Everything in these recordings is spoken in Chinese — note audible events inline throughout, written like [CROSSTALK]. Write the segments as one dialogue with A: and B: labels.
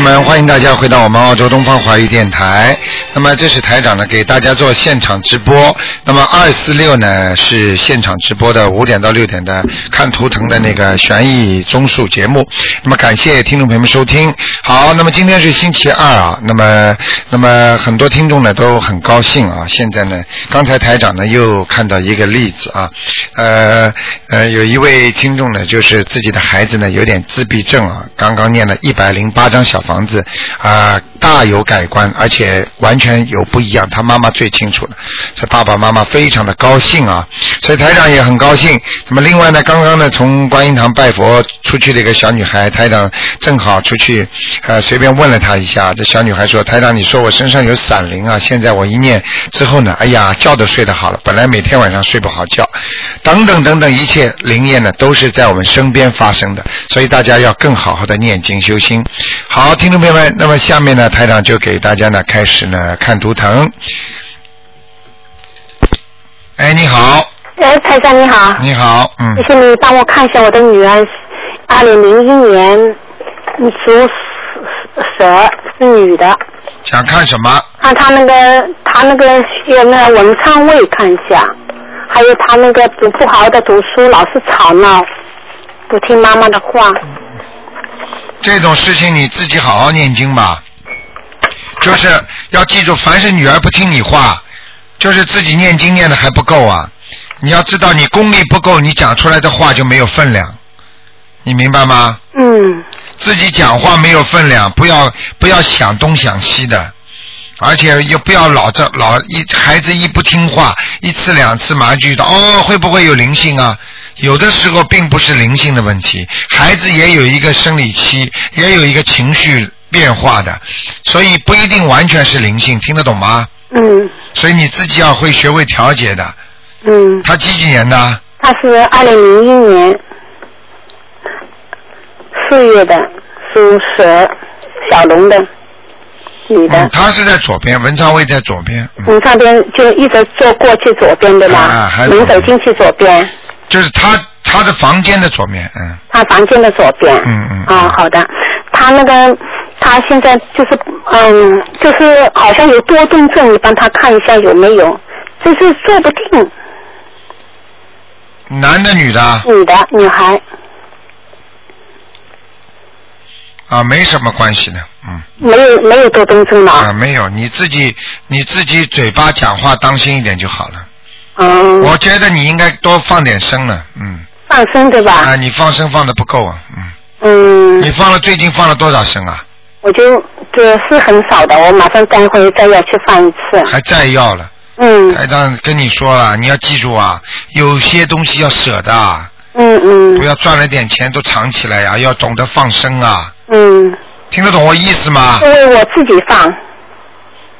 A: 们，欢迎大家回到我们澳洲东方华语电台。那么这是台长呢给大家做现场直播。那么二四六呢是现场直播的五点到六点的看图腾的那个悬疑综述节目。那么感谢听众朋友们收听。好，那么今天是星期二啊，那么那么很多听众呢都很高兴啊。现在呢，刚才台长呢又看到一个例子啊，呃呃，有一位听众呢就是自己的孩子呢有点自闭症啊，刚刚念了一百零八张小房子啊、大有改观，而且完全有不一样。他妈妈最清楚了，所以爸爸妈妈非常的高兴啊，所以台长也很高兴。那么另外呢，刚刚呢从观音堂拜佛出去的一个小女孩，台长正好出去，呃随便问了她一下，这小女孩说：“台长，你说我身上有闪灵啊，现在我一念之后呢，哎呀，觉都睡得好了，本来每天晚上睡不好觉，等等等等，一切灵验呢都是在我们身边发生的，所以大家要更好好的念经修心。好，听众朋友们，那么下面呢，台长就给大家呢开始呢看图腾。哎，你好，
B: 哎，台长你 [LAUGHS] 好，
A: 你好，嗯
B: 谢，谢你帮我看一下我的女儿，二零零一年，你属蛇是女的，
A: 想看什么？
B: 看她那个她那个学那个文昌位看一下，还有她那个读不好好的读书，老是吵闹，不听妈妈的话，
A: 这种事情你自己好好念经吧，就是要记住，凡是女儿不听你话，就是自己念经念的还不够啊。你要知道，你功力不够，你讲出来的话就没有分量，你明白吗？
B: 嗯
A: 自己讲话没有分量，不要不要想东想西的，而且又不要老这老一孩子一不听话，一次两次马上就遇到哦，会不会有灵性啊？有的时候并不是灵性的问题，孩子也有一个生理期，也有一个情绪变化的，所以不一定完全是灵性，听得懂吗？
B: 嗯
A: 所以你自己要会学会调节的。
B: 嗯，
A: 他几几年的？
B: 她是二零零一年四月的，属蛇小龙的女的。
A: 嗯，他是在左边，文昌位在左边。嗯。
B: 从上边就一直坐过去左边对吧？
A: 啊还有
B: 门走进去左边，
A: 就是他他的房间的左面，嗯，
B: 他房间的左边。
A: 嗯嗯
B: 啊，好的。他那个，他现在就是嗯，就是好像有多动症，你帮他看一下有没有，就是坐不定，
A: 男的女的
B: 女的女孩，
A: 啊，没什么关系的，嗯，
B: 没有没有多动症
A: 啊，
B: 了。
A: 没有，你自己你自己嘴巴讲话当心一点就好了。
B: 嗯，
A: 我觉得你应该多放点声了，嗯，
B: 放生对吧？
A: 啊，你放声放的不够啊，嗯，
B: 嗯，
A: 你放了最近放了多少声啊？
B: 我就这是很少的，我马上待会再要去放一次。
A: 还再要了，
B: 嗯
A: 台长跟你说了，你要记住啊，有些东西要舍的啊，
B: 嗯嗯
A: 不要赚了点钱都藏起来呀、啊要懂得放生啊，
B: 嗯，
A: 听得懂我意思吗
B: 因？为我自己放。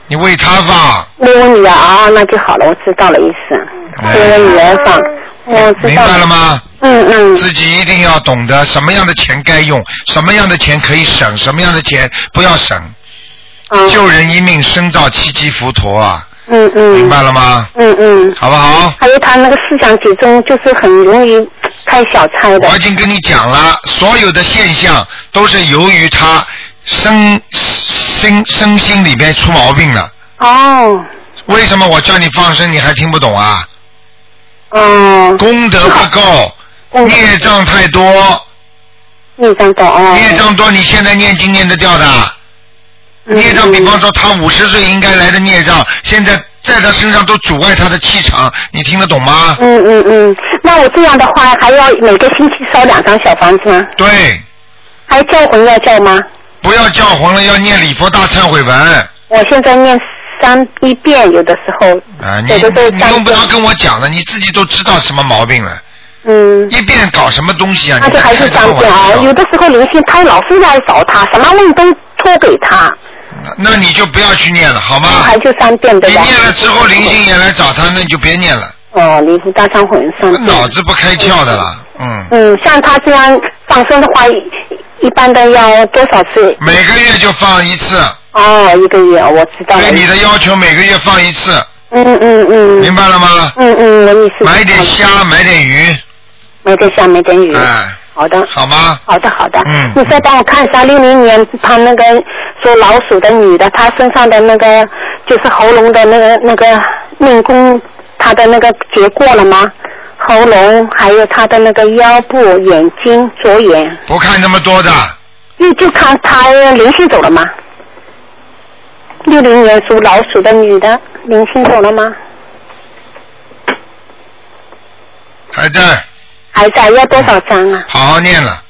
A: 你为他放。
B: 为我女儿啊，那就好了，我知道了意思。
A: 哎
B: 为我女儿放，我知
A: 明
B: 道
A: 白了？吗？
B: 嗯嗯
A: 自己一定要懂得什么样的钱该用，什么样的钱可以省，什么样的钱不要省。
B: 嗯，
A: 救人一命，胜造七级浮屠啊！
B: 嗯嗯
A: 明白了吗？
B: 嗯嗯，
A: 好不好？
B: 还有她那个思想集中，就是很容易开小差的
A: 我。已经跟你讲了，啊所有的现象都是由于他身身身心里边出毛病了。
B: 哦
A: 为什么我叫你放生，你还听不懂啊？
B: 哦，
A: 功德不够，
B: 嗯
A: 孽障太多，
B: 孽障的哦，
A: 孽障多，你现在念经念得掉的。
B: 嗯
A: 孽障，比方说他五十岁应该来的孽障，现在在他身上都阻碍他的气场，你听得懂吗？
B: 嗯嗯嗯，那我这样的话，还要每个星期烧两张小房子吗？
A: 对，
B: 还叫魂要叫吗？
A: 不要叫魂了，要念礼佛大忏悔文啊！
B: 我现在念三一遍，有的时候，
A: 啊你
B: 有的时候
A: 你
B: 三
A: 用不着
B: 遍。
A: 跟我讲了，你自己都知道什么毛病了，
B: 嗯，
A: 一遍搞什么东西啊？
B: 那
A: 你
B: 就还是
A: 开什
B: 相
A: 么
B: 信啊
A: 玩笑，
B: 有的时候灵性他老是来找他，什么问都托给他，
A: 那那你就不要去念了，好吗？
B: 嗯还就三遍
A: 啊你
B: 对吧？
A: 念了之后灵性也来找他，那你就别念了，
B: 哦，灵性大忏魂三遍。
A: 脑子不开窍的了，嗯，
B: 嗯，像他这样放生的话，一一般的要多少次？
A: 每个月就放一次，
B: 哦，一个月，我知道了
A: 对。你的要求每个月放一次，
B: 嗯嗯
A: 明
B: 嗯。
A: 白了吗？
B: 嗯嗯，我意思。
A: 买点虾，买点鱼，
B: 没点虾，没点鱼。
A: 哎，
B: 好的，
A: 好吗？
B: 好的，好的。
A: 嗯
B: 你再帮我看一下六零年她那个说老鼠的女的，她身上的那个就是喉咙的那个那个命宫，她的那个结过了吗？喉咙还有她的那个腰部、眼睛、左眼，
A: 不看那么多的，
B: 就就看她灵性走了吗？六零年属老鼠的女的灵性走了吗？
A: 还在
B: 还在要多少张啊？
A: 好好念了，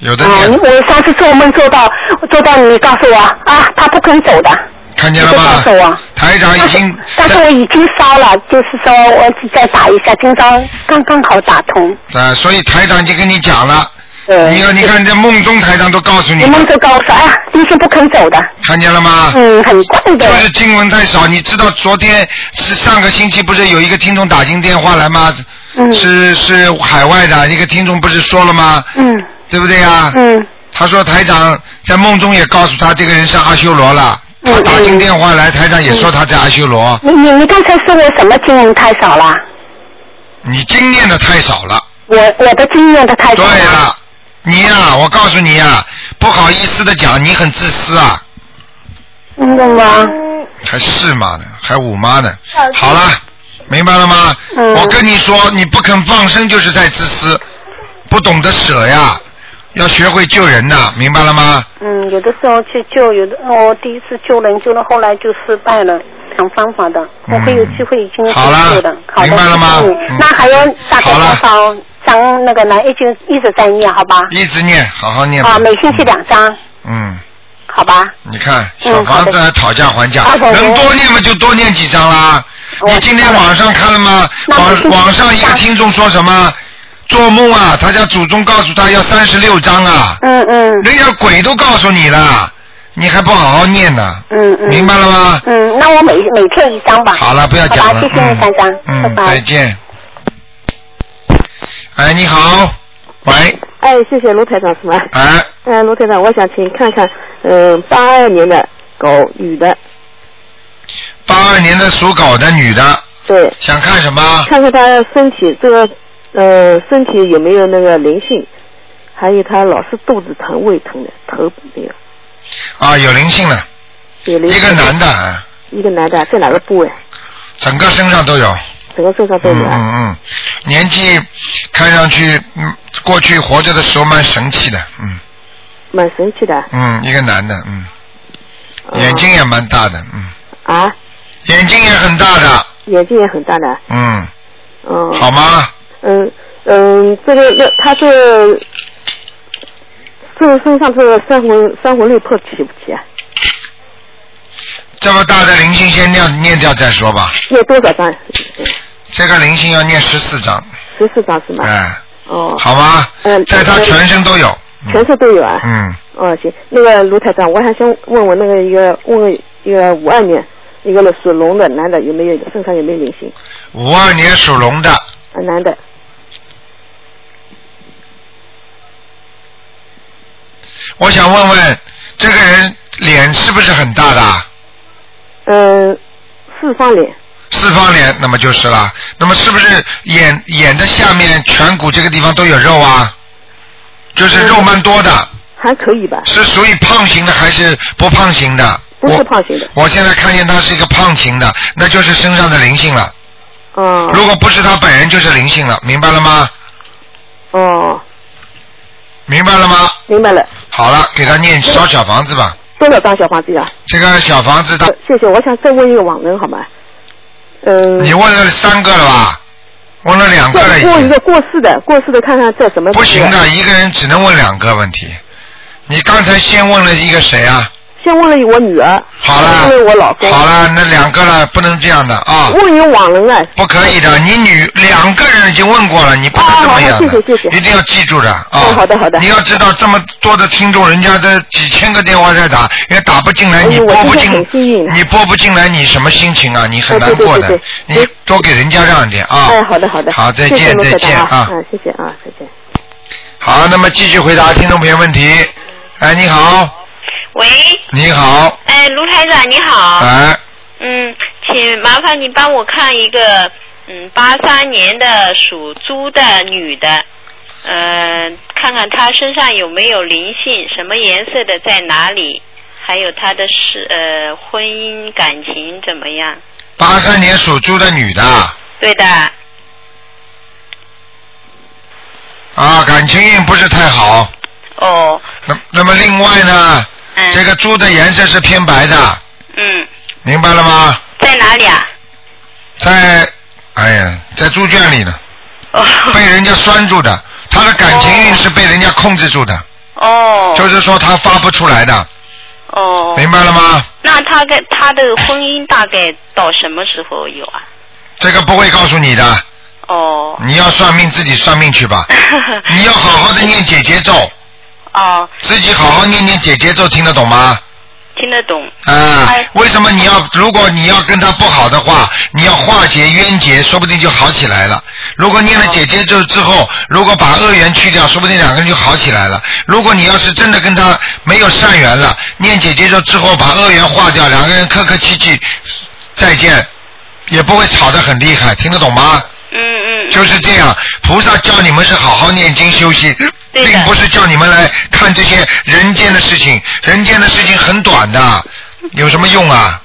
A: 有的
B: 啊，
A: 念
B: 你
A: 了，
B: 我上次做梦做到做到你告诉我啊，她不肯走的。
A: 看见
B: 你
A: 了
B: 就告
A: 吗
B: 诉？我。
A: 台长已经
B: 但是但是我已经烧了，就是说我再打一下，今朝刚刚好打通。
A: 啊，所以台长已经跟你讲了，
B: 呃，
A: 你看你看这梦中台长都告诉你
B: 我
A: 了，
B: 们都告诉哎呀，医生不肯走的，
A: 看见了吗？
B: 嗯，很怪的
A: 就。是经文太少，你知道昨天是上个星期不是有一个听众打进电话来吗？
B: 嗯
A: 是是海外的一个听众不是说了吗？
B: 嗯
A: 对不对呀？
B: 嗯
A: 他说台长在梦中也告诉他这个人是阿修罗了，
B: 嗯
A: 他打进
B: 嗯
A: 电话来，台长也说他在阿修罗。
B: 你你你刚才说我什么经验太少了？嗯
A: 你经念的太少了，
B: 我我的经验的太少
A: 对了，你呀、我告诉你呀、不好意思的讲，你很自私啊，
B: 真的吗？
A: 还是妈呢，还五妈呢。好了，明白了吗？
B: 嗯
A: 我跟你说，你不肯放生就是在自私，不懂得舍呀，要学会救人呐，明白了吗？
B: 嗯，有的时候去救，有的我第一次救人救了，后来就失败了，想方法的，我会有机会已经去
A: 嗯好啦
B: 救的。好的，
A: 明白了吗
B: 嗯
A: 嗯
B: 那还有大概
A: 好
B: 多
A: 啦
B: 少张那个呢？一直一直在念，好吧？
A: 一直念，好好念吧。
B: 啊，每星期两张，
A: 嗯，
B: 好吧？
A: 你看
B: 嗯
A: 小房
B: 好
A: 子
B: 的
A: 还讨价还价，
B: 啊好的
A: 能多念嘛就多念几张啦。
B: 我
A: 你今天网上看了
B: 哦
A: 吗？
B: 那我
A: 网
B: 星期
A: 网上一个
B: 三
A: 听众说什么？做梦啊，他家祖宗告诉他要三十六章啊，
B: 嗯嗯
A: 人家鬼都告诉你了，你还不好好念呢，
B: 嗯嗯。
A: 明白了吗？
B: 嗯，那我每每天一张吧。
A: 好了，不要
B: 好
A: 讲
B: 吧
A: 了，
B: 谢谢你，三张，
A: 嗯
B: 拜
A: 嗯，
B: 拜
A: 再。见。哎，你好，喂，
C: 哎，谢谢卢台长是吧？
A: 哎，
C: 哎，卢台长，我想请看看，嗯、八二年的狗女的，
A: 八二年的属狗的女的，
C: 对，
A: 想看什么？
C: 看看她身体这个，呃，身体有没有那个灵性，还有她老是肚子疼、胃疼的，头那个
A: 啊，有灵性了，
C: 有灵
A: 一
C: 性。
A: 个男的，啊
C: 一个男的，在哪个部位？
A: 整个身上都有。
C: 整个身上都
A: 嗯
C: 有
A: 嗯
C: 啊。
A: 嗯，年纪看上去，嗯，过去活着的时候蛮神气的，嗯
C: 蛮神奇的。
A: 嗯，一个男的，嗯，
C: 嗯
A: 眼睛也蛮大的，嗯，
C: 啊，
A: 眼睛也很大的，
C: 眼睛也很大的。
A: 嗯，
C: 嗯。
A: 好吗？
C: 嗯嗯，这个那她这个这个身上这个三魂三魂六魄起不起啊？
A: 这么大的灵性先念念掉再说吧，
C: 要多少张？
A: 这个灵性要念十四章，
C: 十四张是吗？
A: 哎，
C: 哦，
A: 好吗？
C: 嗯
A: 在他全身都有，
C: 全
A: 嗯
C: 身都有啊。
A: 嗯，
C: 哦，行，那个卢台长，我还想问问那个一个问问一个五二年一个属龙的男的有没有身上有没有灵性？
A: 五二年属龙的，
C: 啊，男的，
A: 我想问问这个人脸是不是很大的啊？
C: 嗯，四方脸，
A: 四方脸，那么就是了。那么是不是眼眼的下面颧骨这个地方都有肉啊？就是肉蛮多的，
C: 呃还可以吧？
A: 是属于胖型的还是不胖型的？
C: 不是
A: 我
C: 胖型的。
A: 我现在看见他是一个胖型的，那就是身上的灵性了。
C: 哦
A: 如果不是他本人，就是灵性了，明白了吗？
C: 哦，
A: 明白了吗？
C: 明白了，
A: 好了，给他念烧小房子吧。
C: 多少张小黄鸡啊？
A: 这个小房子他，
C: 呃谢谢，我想再问一个网人好吗？嗯，
A: 你问了三个了吧？问了两个了已
C: 再过一
A: 经
C: 个。过世的，过世的看看在什么部
A: 不
C: 位
A: 行的，一个人只能问两个问题。你刚才先问了一个谁啊？
C: 先问了我女儿，
A: 好了，
C: 再问了我老公，
A: 好了，那两个了，不能这样的啊，
C: 问一个网人啊，
A: 不可以的。你女两个人已经问过了，你不能这么样的，
C: 啊好好谢谢谢谢
A: 一定要记住的啊。
C: 哦好的好的
A: 你要知道，这么多的听众，人家这几千个电话在打，也打不进来，
C: 哎
A: 你
C: 呦
A: 拨不
C: 我
A: 进
C: 今天很幸运，
A: 你拨不进来，你什么心情啊？你很难过的
C: 哎对对，对对
A: 你多给人家让一点啊。
C: 哎，好的好的，
A: 好，再
C: 谢谢
A: 见
C: 卢
A: 再
C: 台长
A: 见啊
C: 啊，。嗯，谢谢啊，再见。
A: 好，那么继续回答听众朋友问题。哎，你好，
D: 喂，
A: 你好，
D: 哎，卢台长你好，
A: 哎，
D: 嗯，请麻烦你帮我看一个，嗯，八三年的属猪的女的，嗯、看看他身上有没有灵性，什么颜色的，在哪里，还有他的是呃婚姻感情怎么样？
A: 八三年属猪的女的
D: 对的，
A: 啊，感情运不是太好。
D: 哦，
A: 那那么另外呢，
D: 嗯，
A: 这个猪的颜色是偏白的，
D: 嗯，
A: 明白了吗？
D: 在哪里啊？
A: 在，哎呀，在猪圈里呢，
D: 哦
A: 被人家拴住的，他的感情运是被人家控制住的，
D: 哦
A: 就是说他发不出来的，
D: 哦，
A: 明白了吗？
D: 那他跟他的婚姻大概到什么时候有啊？
A: 这个不会告诉你的，
D: 哦，
A: 你要算命自己算命去
D: [LAUGHS]
A: 吧。你要好好的念姐姐咒，
D: 哦，
A: 自己好好念念姐姐咒，听得懂吗？
D: 听得懂，
A: 啊
D: 哎，
A: 为什么你要？如果你要跟他不好的话，你要化解冤结，说不定就好起来了。如果念了姐姐咒之后，如果把恶缘去掉，说不定两个人就好起来了。如果你要是真的跟他没有善缘了，念姐姐咒之后把恶缘化掉，两个人客客气气再见，也不会吵得很厉害，听得懂吗？
D: 嗯嗯，
A: 就是这样，菩萨教你们是好好念经修心，
D: 对的
A: 并不是叫你们来看这些人间的事情。人间的事情很短的， [LAUGHS] 有什么用啊？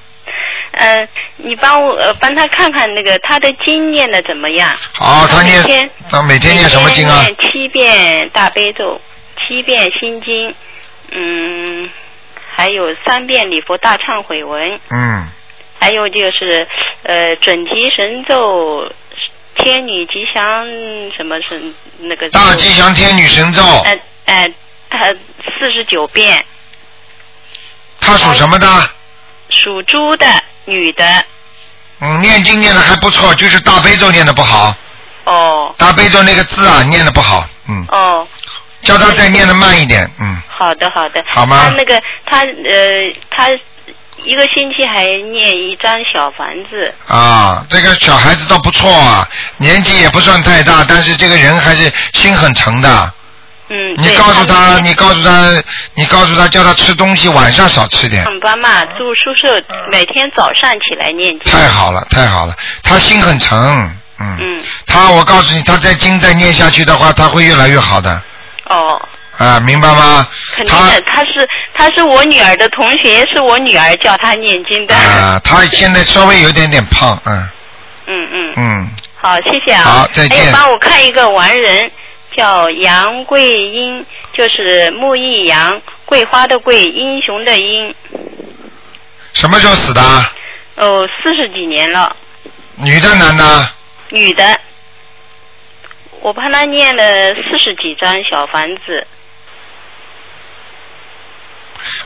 D: 呃，你帮我呃帮他看看那个他的经念的怎么样？
A: 好，他
D: 每
A: 念
D: 天，
A: 他每天念什么经啊
D: 每？天念七遍大悲咒，七遍心经，嗯，还有三遍礼佛大忏悔文，
A: 嗯，
D: 还有就是呃准提神咒、天女吉祥什么是那个咒
A: 大吉祥天女神咒，
D: 呃呃呃四十九遍，
A: 他属什么的？
D: 属猪的女的
A: 嗯，念经念的还不错，就是大悲咒念的不好，
D: 哦
A: 大悲咒那个字啊念的不好，嗯，
D: 哦。
A: 叫他再念的慢一点，嗯，
D: 好的，好的。
A: 好吗
D: 他那个他呃，他一个星期还念一张小房子。
A: 啊，这个小孩子倒不错啊，年纪也不算太大，但是这个人还是心很诚的，
D: 嗯，
A: 你
D: 对
A: 告诉他，
D: 们
A: 你告诉他，你告诉他，叫他吃东西，晚上少吃点。
D: 很帮嘛，
A: 哦
D: 住宿舍，
A: 嗯
D: 每天早上起来念经。
A: 太好了，太好了，他心很诚，嗯，
D: 嗯，
A: 他我告诉你，他再经再念下去的话，他会越来越好的，
D: 哦，
A: 啊，明白吗？
D: 肯定
A: 他
D: 的，他是他是我女儿的同学，是我女儿叫他念经的。
A: 啊，他现在稍微有点点胖，嗯
D: 嗯嗯，
A: 嗯，
D: 好，谢谢啊。
A: 好再见
D: 还有帮我看一个完人，叫杨桂英，就是木易杨，桂花的桂，英雄的英。
A: 什么时候死的？
D: 哦，四十几年了，
A: 女的男的？
D: 女的，我帮她念了四十几张小房子，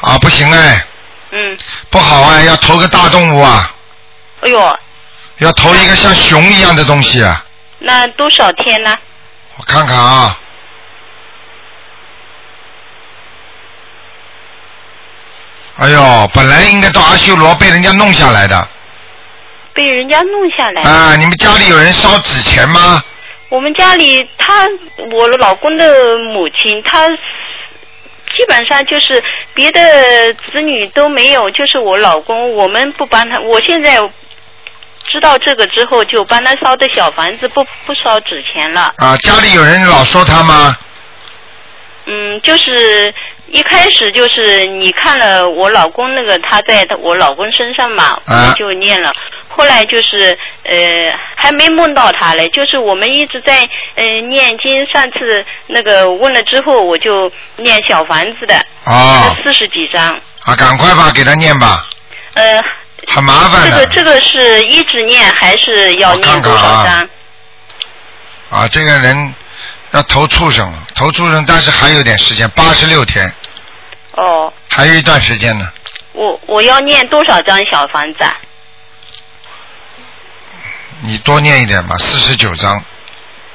A: 啊，不行哎，
D: 嗯，
A: 不好啊，要投个大动物啊，
D: 哎呦，
A: 要投一个像熊一样的东西啊，
D: 那多少天呢？
A: 我看看啊。哎呦，本来应该到阿修罗被人家弄下来的
D: 被人家弄下来。
A: 啊！你们家里有人烧纸钱吗？
D: 我们家里她，我老公的母亲，她基本上就是别的子女都没有，就是我老公，我们不帮他。我现在知道这个之后，就帮他烧的小房子，不不烧纸钱了。
A: 啊，家里有人老说他吗？
D: 嗯，就是一开始就是你看了我老公那个他在我老公身上嘛，
A: 啊
D: 我就念了。后来就是呃还没梦到他嘞，就是我们一直在呃念经。上次那个问了之后，我就念小房子的
A: 哦，
D: 四十几章。
A: 啊，赶快吧，给他念吧，
D: 呃，
A: 很麻烦
D: 这
A: 的。
D: 个这个是一直念还是要
A: 我看
D: 念多
A: 看啊
D: 少章？
A: 啊，这个人要投畜生了，投畜生，但是还有点时间，八十六天，
D: 哦，
A: 还有一段时间呢。
D: 我我要念多少张小房子啊？
A: 你多念一点吧，四十九章。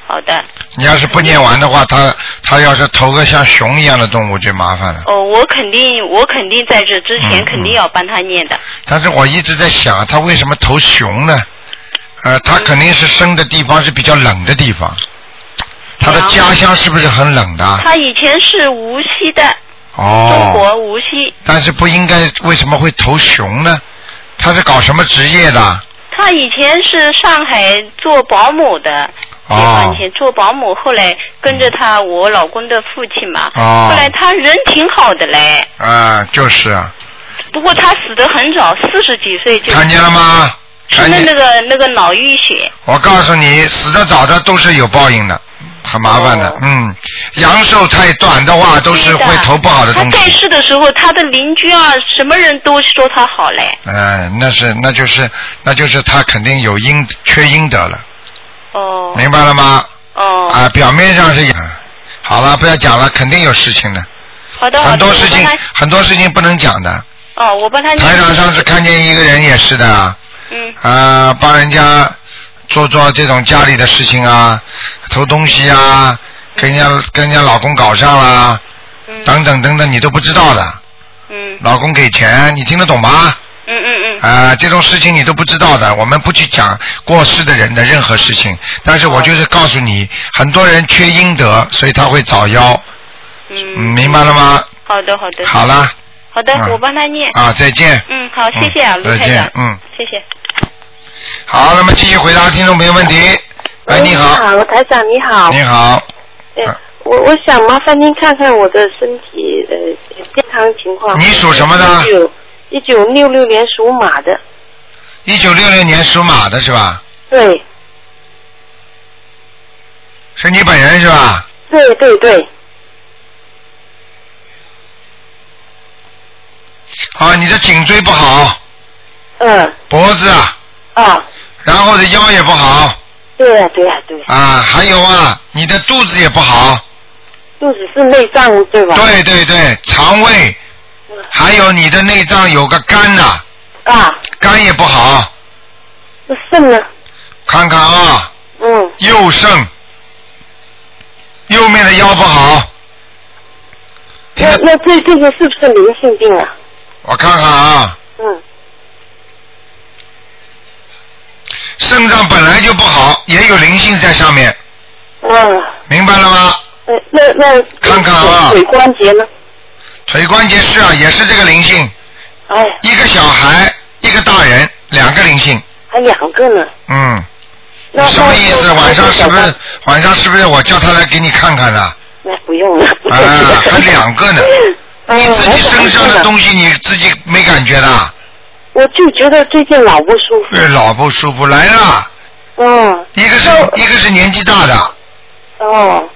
D: 好的。
A: 你要是不念完的话，他他要是投个像熊一样的动物就麻烦了。
D: 哦，我肯定，我肯定在这之
A: 嗯
D: 前肯定要帮他念的。
A: 但是我一直在想，他为什么投熊呢？呃，他肯定是生的地方是比较冷的地方，他的
D: 凉
A: 家乡是不是很冷的？
D: 他以前是无锡的，中
A: 哦，
D: 国无锡。
A: 但是不应该为什么会投熊呢？他是搞什么职业的？
D: 他以前是上海做保姆的，
A: 哦
D: 解放前做保姆，后来跟着他我老公的父亲嘛。
A: 哦
D: 后来他人挺好的嘞，
A: 啊，就是啊，
D: 不过他死得很早，四十几岁就
A: 看见了吗？
D: 吃
A: 看
D: 了
A: 见
D: 那个那个脑淤血。
A: 我告诉你，死的早的都是有报应的，很麻烦的。
D: 哦
A: 嗯，阳寿太短的话，都是会投不好的
D: 他
A: 东
D: 在
A: 西。
D: 世的时候，他的邻居啊，什么人都说他好嘞。
A: 哎、那是，那就是，那就是他肯定有阴缺阴德了，
D: 哦
A: 明白了吗？
D: 哦，
A: 啊，表面上是阳。好了，不要讲了，肯定有事情的，
D: 好的好
A: 很
D: 的，
A: 多事
D: 我
A: 情
D: 帮
A: 很多事情不能讲的。
D: 他哦，我帮他念
A: 台长上次看见一个人也是的，啊、
D: 嗯
A: 帮人家做做这种家里的事情啊，偷东西啊，跟人家跟人家老公搞上了，
D: 嗯
A: 等等等等，你都不知道的。
D: 嗯
A: 老公给钱，你听得懂吗？
D: 嗯嗯嗯
A: 啊、这种事情你都不知道的，我们不去讲过世的人的任何事情，但是我就是告诉你，很多人缺阴德，所以他会早夭，嗯
D: 嗯，
A: 明白了吗？
D: 好的好的
A: 好了，
D: 好的
A: 啊，
D: 我帮他念。
A: 啊，再见。
D: 嗯，好，谢谢啊，
A: 嗯
D: 卢
A: 再
D: 台
A: 见
D: 长，，
A: 嗯，
D: 谢谢。
A: 好，那么继续回答听众朋友问题。哎，你好，
E: 好，台长你好。
A: 你好，
E: 对
A: 啊
E: 我我想麻烦您看看我的身体呃健康情况。
A: 你属什么呢
E: 一九一九六六年属马的，
A: 一九六六年属马的是吧？
E: 对
A: 是你本人是吧？
E: 对对对，
A: 啊，你的颈椎不好，
E: 嗯
A: 脖子，啊，
E: 啊，
A: 然后的腰也不好
E: 对呀、对呀、对呀、
A: 啊，还有啊，你的肚子也不好，
E: 肚子是内脏对吧？
A: 对对对，肠胃，还有你的内脏有个肝呐、
E: 啊，
A: 肝也不好，
E: 那肾呢？
A: 看看啊，
E: 嗯，
A: 右肾，右面的腰不好，听
E: 那
A: 得
E: 那这这个是不是灵性病啊？
A: 我看看啊，
E: 嗯，
A: 肾脏本来就不好，也有灵性在上面，
E: 嗯，
A: 明白了吗？
E: 呃那那
A: 看看啊
E: 腿关节呢？
A: 腿关节是啊，也是这个灵性，
E: 哎，
A: 一个小孩，一个大人，两个灵性，
E: 还两个呢。
A: 嗯，
E: 那
A: 什么意思？
E: 那
A: 晚上是不
E: 那
A: 是晚上是不是我叫他来给你看
E: [LAUGHS]
A: 看呢？
E: 那不用了。
A: 啊，还两个呢，
E: 嗯
A: 你自己身上的
E: 西，
A: 东西你自己没感觉的，
E: 我就觉得最近老不舒服。
A: 越老不舒服来了，
E: 嗯，
A: 一个是一个是年纪大的，
E: 哦，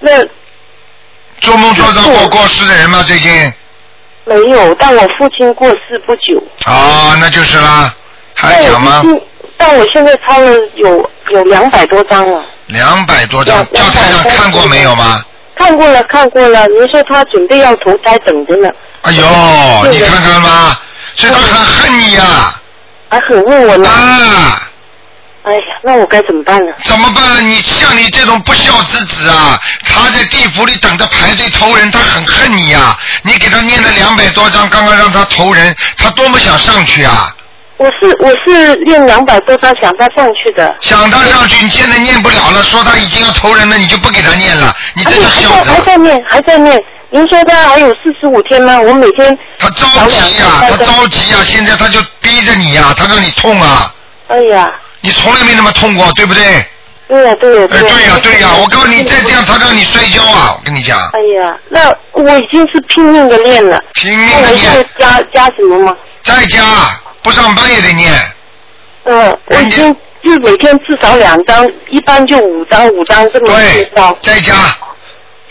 E: 那
A: 做梦做到过过世的人吗？最近
E: 没有，但我父亲过世不久。
A: 哦，那就是啦，还
E: 但
A: 讲吗
E: 我？父亲但我现在抄了有有两百多张了，
A: 两百多张，
E: 两
A: 教台上看过没有吗？
E: 看过了看过了。您说他准备要投胎，等着呢，
A: 哎呦，你看看吧，所以他很恨你呀、
E: 还很问我呢。
A: 啊，
E: 哎呀，那我该怎么办呢？
A: 怎么办呢？你像你这种不孝之子啊，他在地府里等着排队投人，他很恨你呀、你给他念了两百多章，刚刚让他投人，他多么想上去啊！
E: 我是我是练两百多张想他上去的，
A: 想他上去，你现在念不了了，说他已经要投人了，你就不给他念了，你这
E: 而且
A: 就是
E: 还
A: 孝
E: 在
A: 子
E: 还
A: 了。
E: 在念还在念。您说他还有四十五天吗？我每天
A: 他着急呀、
E: 小两
A: 他
E: 个
A: 着急呀、现在他就逼着你呀、他让你痛啊，
E: 哎呀，
A: 你从来没那么痛过，对不对？
E: 对呀、对呀、
A: 哎，对呀、对呀、我告诉你，再这样他让你摔跤啊！我跟你讲，
E: 哎呀，那我已经是拼命的练了，
A: 拼
E: 那
A: 命的
E: 我现在
A: 念，
E: 加加什么吗？
A: 在家不上班也得念。哎
E: 嗯，我已经就是每天至少两张，一般就五张五张这么介
A: 对
E: 绍，，
A: 在家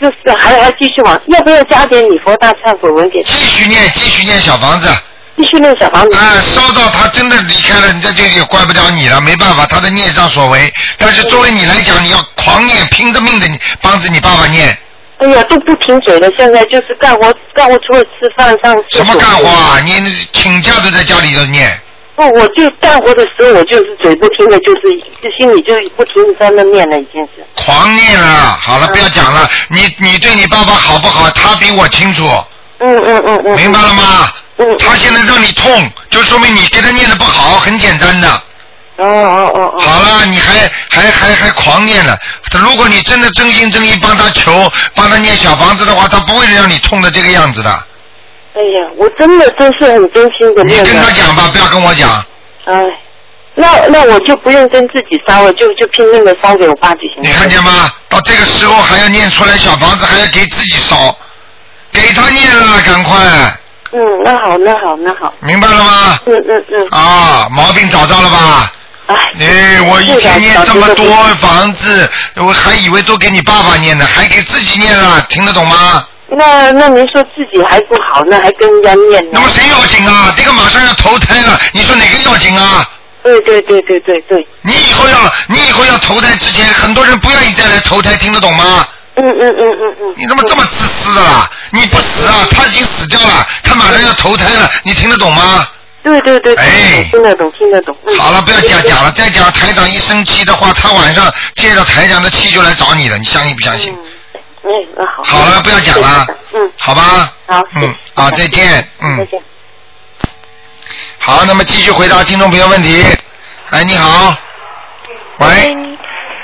E: 就是还还继续往，要不要加点礼佛大忏悔文给
A: 继续念，继续念小房子，啊、
E: 继续练小房子？
A: 烧到他真的离开了，你这就也怪不了你了，没办法，他的孽障所为。但是作为你来讲，你要狂念，拼着命的帮着你爸爸念，
E: 哎呀，都不停嘴了，现在就是干活干活，除了吃饭上厕所
A: 什么干活？啊？你请假都在家里头念，
E: 不，我就干活的时候，我就是嘴不停的，就是就心里就不停的在那念了，已经是。
A: 狂念了。好了，不要讲了，你你对你爸爸好不好，他比我清楚，
E: 嗯嗯嗯嗯。
A: 明白了吗？
E: 嗯。嗯
A: 他现在让你痛，就说明你给他念的不好，很简单的。
E: 哦哦哦哦。
A: 好了，你还还还还狂念了。如果你真的真心真意帮他求，帮他念小房子的话，他不会让你痛的这个样子的。
E: 哎呀，我真的真是很真心的
A: 你
E: 念
A: 跟
E: 的
A: 他。讲吧，不要跟我讲。
E: 哎，那那我就不用跟自己烧了，就就拼命的烧给我爸就行了。
A: 你看见吗？到这个时候还要念出来小房子，还要给自己烧，给他念了，赶快，
E: 嗯，那好，那好，那好。
A: 明白了吗？
E: 嗯嗯嗯，
A: 啊，毛病找到了吧？
E: 哎。
A: 你我一天念这么多房子，我还以为都给你爸爸念呢，还给自己念了，听得懂吗？
E: 那那您说自己还不好呢，还跟人家念呢
A: 那？么谁要紧啊？这个马上要投胎了，你说哪个要紧啊？
E: 对对对对对对，
A: 你以后要，你以后要投胎之前，很多人不愿意再来投胎，听得懂吗？
E: 嗯嗯嗯嗯嗯。
A: 你怎么这么自私的啦？你不死啊？他已经死掉了，他马上要投胎了，你听得懂吗？
E: 对对对，
A: 哎
E: 听得懂，听得懂。嗯
A: [LAUGHS] 好了，不要讲讲了，再讲台长一生气的话，他晚上借着台长的气就来找你了，你相信不相信？
E: 嗯，那好。
A: 好了，不要讲了，
E: 嗯，
A: 好吧？
E: 好
A: 嗯，好，再见，
E: 再
A: 嗯，
E: 见。
A: 好，那么继续回答听众朋友问题。哎，你好，喂，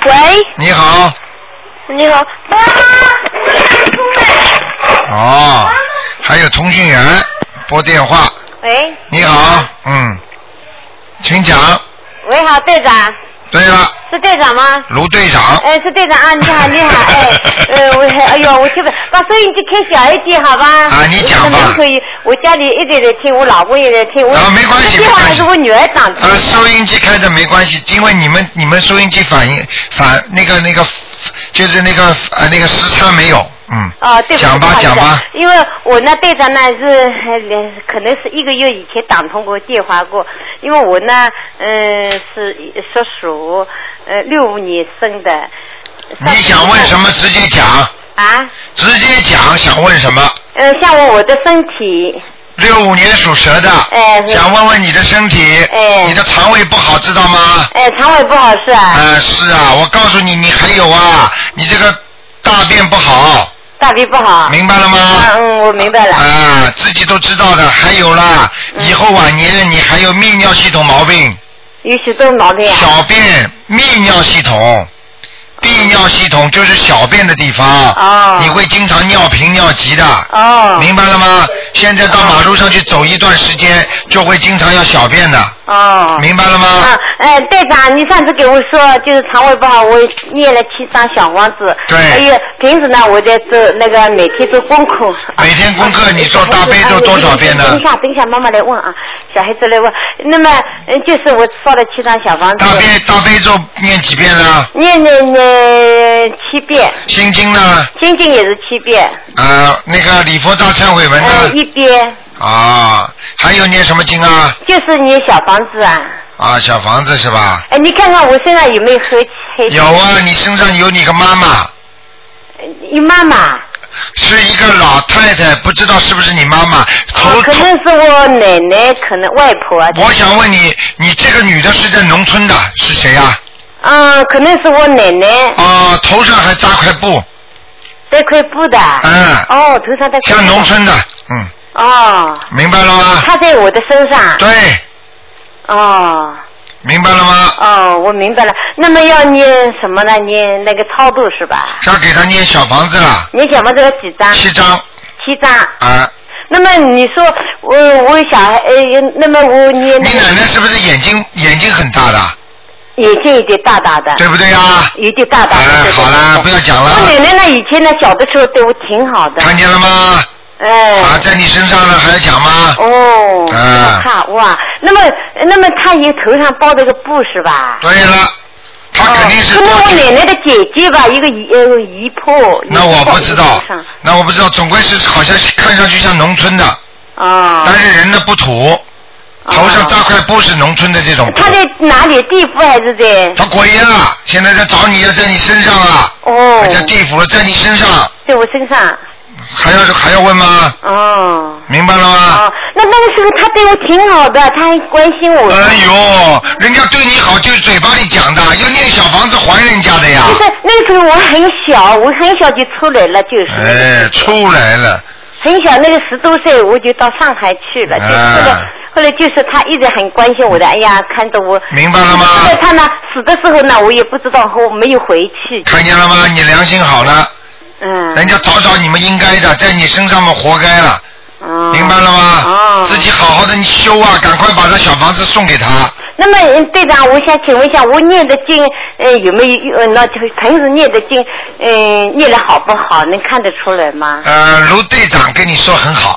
F: 喂，
A: 你好，
F: 你好，妈妈。
A: 哦，还有通讯员拨电话，
F: 喂，
A: 你好，嗯，请讲。
F: 喂，好，队长，
A: 对了，
F: 是队长吗？
A: 卢队长，
F: 哎，是队长啊，你好，你好，
A: [LAUGHS]
F: 哎，呃，我，哎呦，我就是把收音机开小一点，好吧？
A: 啊你讲
F: 我可
A: 吧
F: 能可以，我家里一直在听，我老公也在听，我
A: 啊没关系
F: 电话
A: 没关系
F: 还是我女儿打的。
A: 呃，收音机开着没关系，因为你们你们收音机反应反那个那个就是那个呃那个时差没有，嗯。
F: 啊，对不起，
A: 讲吧
F: 不好意思
A: 讲吧，
F: 因为我那队长呢是呃可能是一个月以前打通过电话过，因为我呢，嗯、是属鼠，呃，六五年生的。
A: 你想问什么直接讲，
F: 啊？
A: 直接讲想问什么？
F: 呃，像我我的身体，
A: 六五年属蛇的，
F: 哎是
A: 想问问你的身体，
F: 哎
A: 你的肠胃不好，知道吗？
F: 哎、肠胃不好是啊，
A: 呃，是啊，我告诉你，你还有啊，你这个大便不好，
F: 大便不好。
A: 明白了吗？
F: 啊，嗯，我明白了。
A: 啊，自己都知道的。还有啦，以后晚年你还有泌尿系统毛病，
F: 有许多毛病啊。
A: 小便、泌尿系统、泌尿系统就是小便的地方，
F: 哦
A: 你会经常尿频尿急的。
F: 哦。
A: 明白了吗？现在到马路上去走一段时间，就会经常要小便的，
F: 哦。
A: 明白了吗？
F: 啊，哎，队长，你上次给我说就是肠胃不好，我念了七张小王子。
A: 对
F: 还有平时呢，我在做那个每天做功课。
A: 每天功课
F: 啊
A: 你做大悲咒多少遍呢
F: 等一下，等一下，妈妈来问啊，小孩子来问。那么，嗯，就是我烧了七张小王子。
A: 大悲大悲咒念几遍呢？
F: 念念念七遍，
A: 心经呢？
F: 心经也是七遍，
A: 呃，那个礼佛大忏悔文
F: 呃，
A: 呢？
F: 一遍
A: 啊，还有念什么经啊？
F: 就是念小房子啊。
A: 啊，小房子是吧？
F: 哎，你看看我身上有没有黑黑？
A: 有啊，你身上有你个妈妈，
F: 有妈妈。
A: 是一个老太太，不知道是不是你妈妈？头
F: 哦，可
A: 头，
F: 能是我奶奶，可能外婆。啊
A: 我想问你，你这个女的是在农村的，是谁啊呀、
F: 嗯，可能是我奶奶
A: 啊？头上还扎块布，
F: 带块布的。
A: 嗯
F: 哦，头上带块布。
A: 像农。村的，嗯，
F: 哦，
A: 明白了吗？
F: 她在我的身上。
A: 对，
F: 哦
A: 明白了吗？
F: 哦，我明白了。那么要念什么呢？念那个超度是吧？
A: 要给她念小房子了，
F: 你想问这个几张？
A: 七张
F: 七张。
A: 啊。
F: 那么你说我我小孩呃，那么我念
A: 你
F: 那
A: 奶
F: 个
A: 奶是不是眼睛眼睛很大的，
F: 眼睛有点大大的，
A: 对不对呀、啊？
F: 有点大大的。
A: 哎，
F: 对
A: 好了，不。要讲
F: 对对我
A: 了，
F: 奶奶呢，以前呢，小的时候对我挺好的。
A: 啊看见了吗？
F: 哎。
A: 啊，在你身上了，还要讲吗？
F: 哦，
A: 啊
F: 看哇，那么那么他也头上包了个布是吧？
A: 对了，他肯定是
F: 哦可
A: 多
F: 能我奶
A: 给。
F: 奶的姐姐吧，一个姨呃姨婆。
A: 那我不知道
F: 上，
A: 那我不知道，总归是好像是看上去像农村的，
F: 啊。
A: 但是人的不土，头上扎块布是农村的这种布
F: 哦他。在哪里？地府还是在？
A: 他鬼啊！现在在找你，要在你身上啊，
F: 哦
A: 人，家地府了，在你身上，
F: 在我身上。
A: 还要还要问吗？
F: 哦。
A: 明白了吗？
F: 哦，那那个时候他对我挺好的，他还关心我。
A: 哎呦，人家对你好就是嘴巴里讲的，要念小房子还人家的呀。
F: 就是那个时候我很小，我很小就出来了，就是。
A: 哎，出来了，
F: 很小，那个十多岁我就到上海去了，呃就是
A: 啊
F: 后来、后来就是他一直很关心我的，哎呀，看着我。
A: 嗯明白了吗？
F: 后来他呢死的时候呢，我也不知道，我没有回去，
A: 看见了吗？你良心好了，
F: 嗯。
A: 人家找找你们应该的，在你身上嘛活该了，
F: 哦
A: 明白了吗？
F: 哦。
A: 自己好好的你修啊，赶快把这小房子送给他。
F: 那么嗯队长，我想请问一下，我念的经，呃，有没有呃，那就是平时念的经，嗯、念的好不好，能看得出来
A: [LAUGHS]
F: 吗？
A: 呃，卢队长跟你说很好。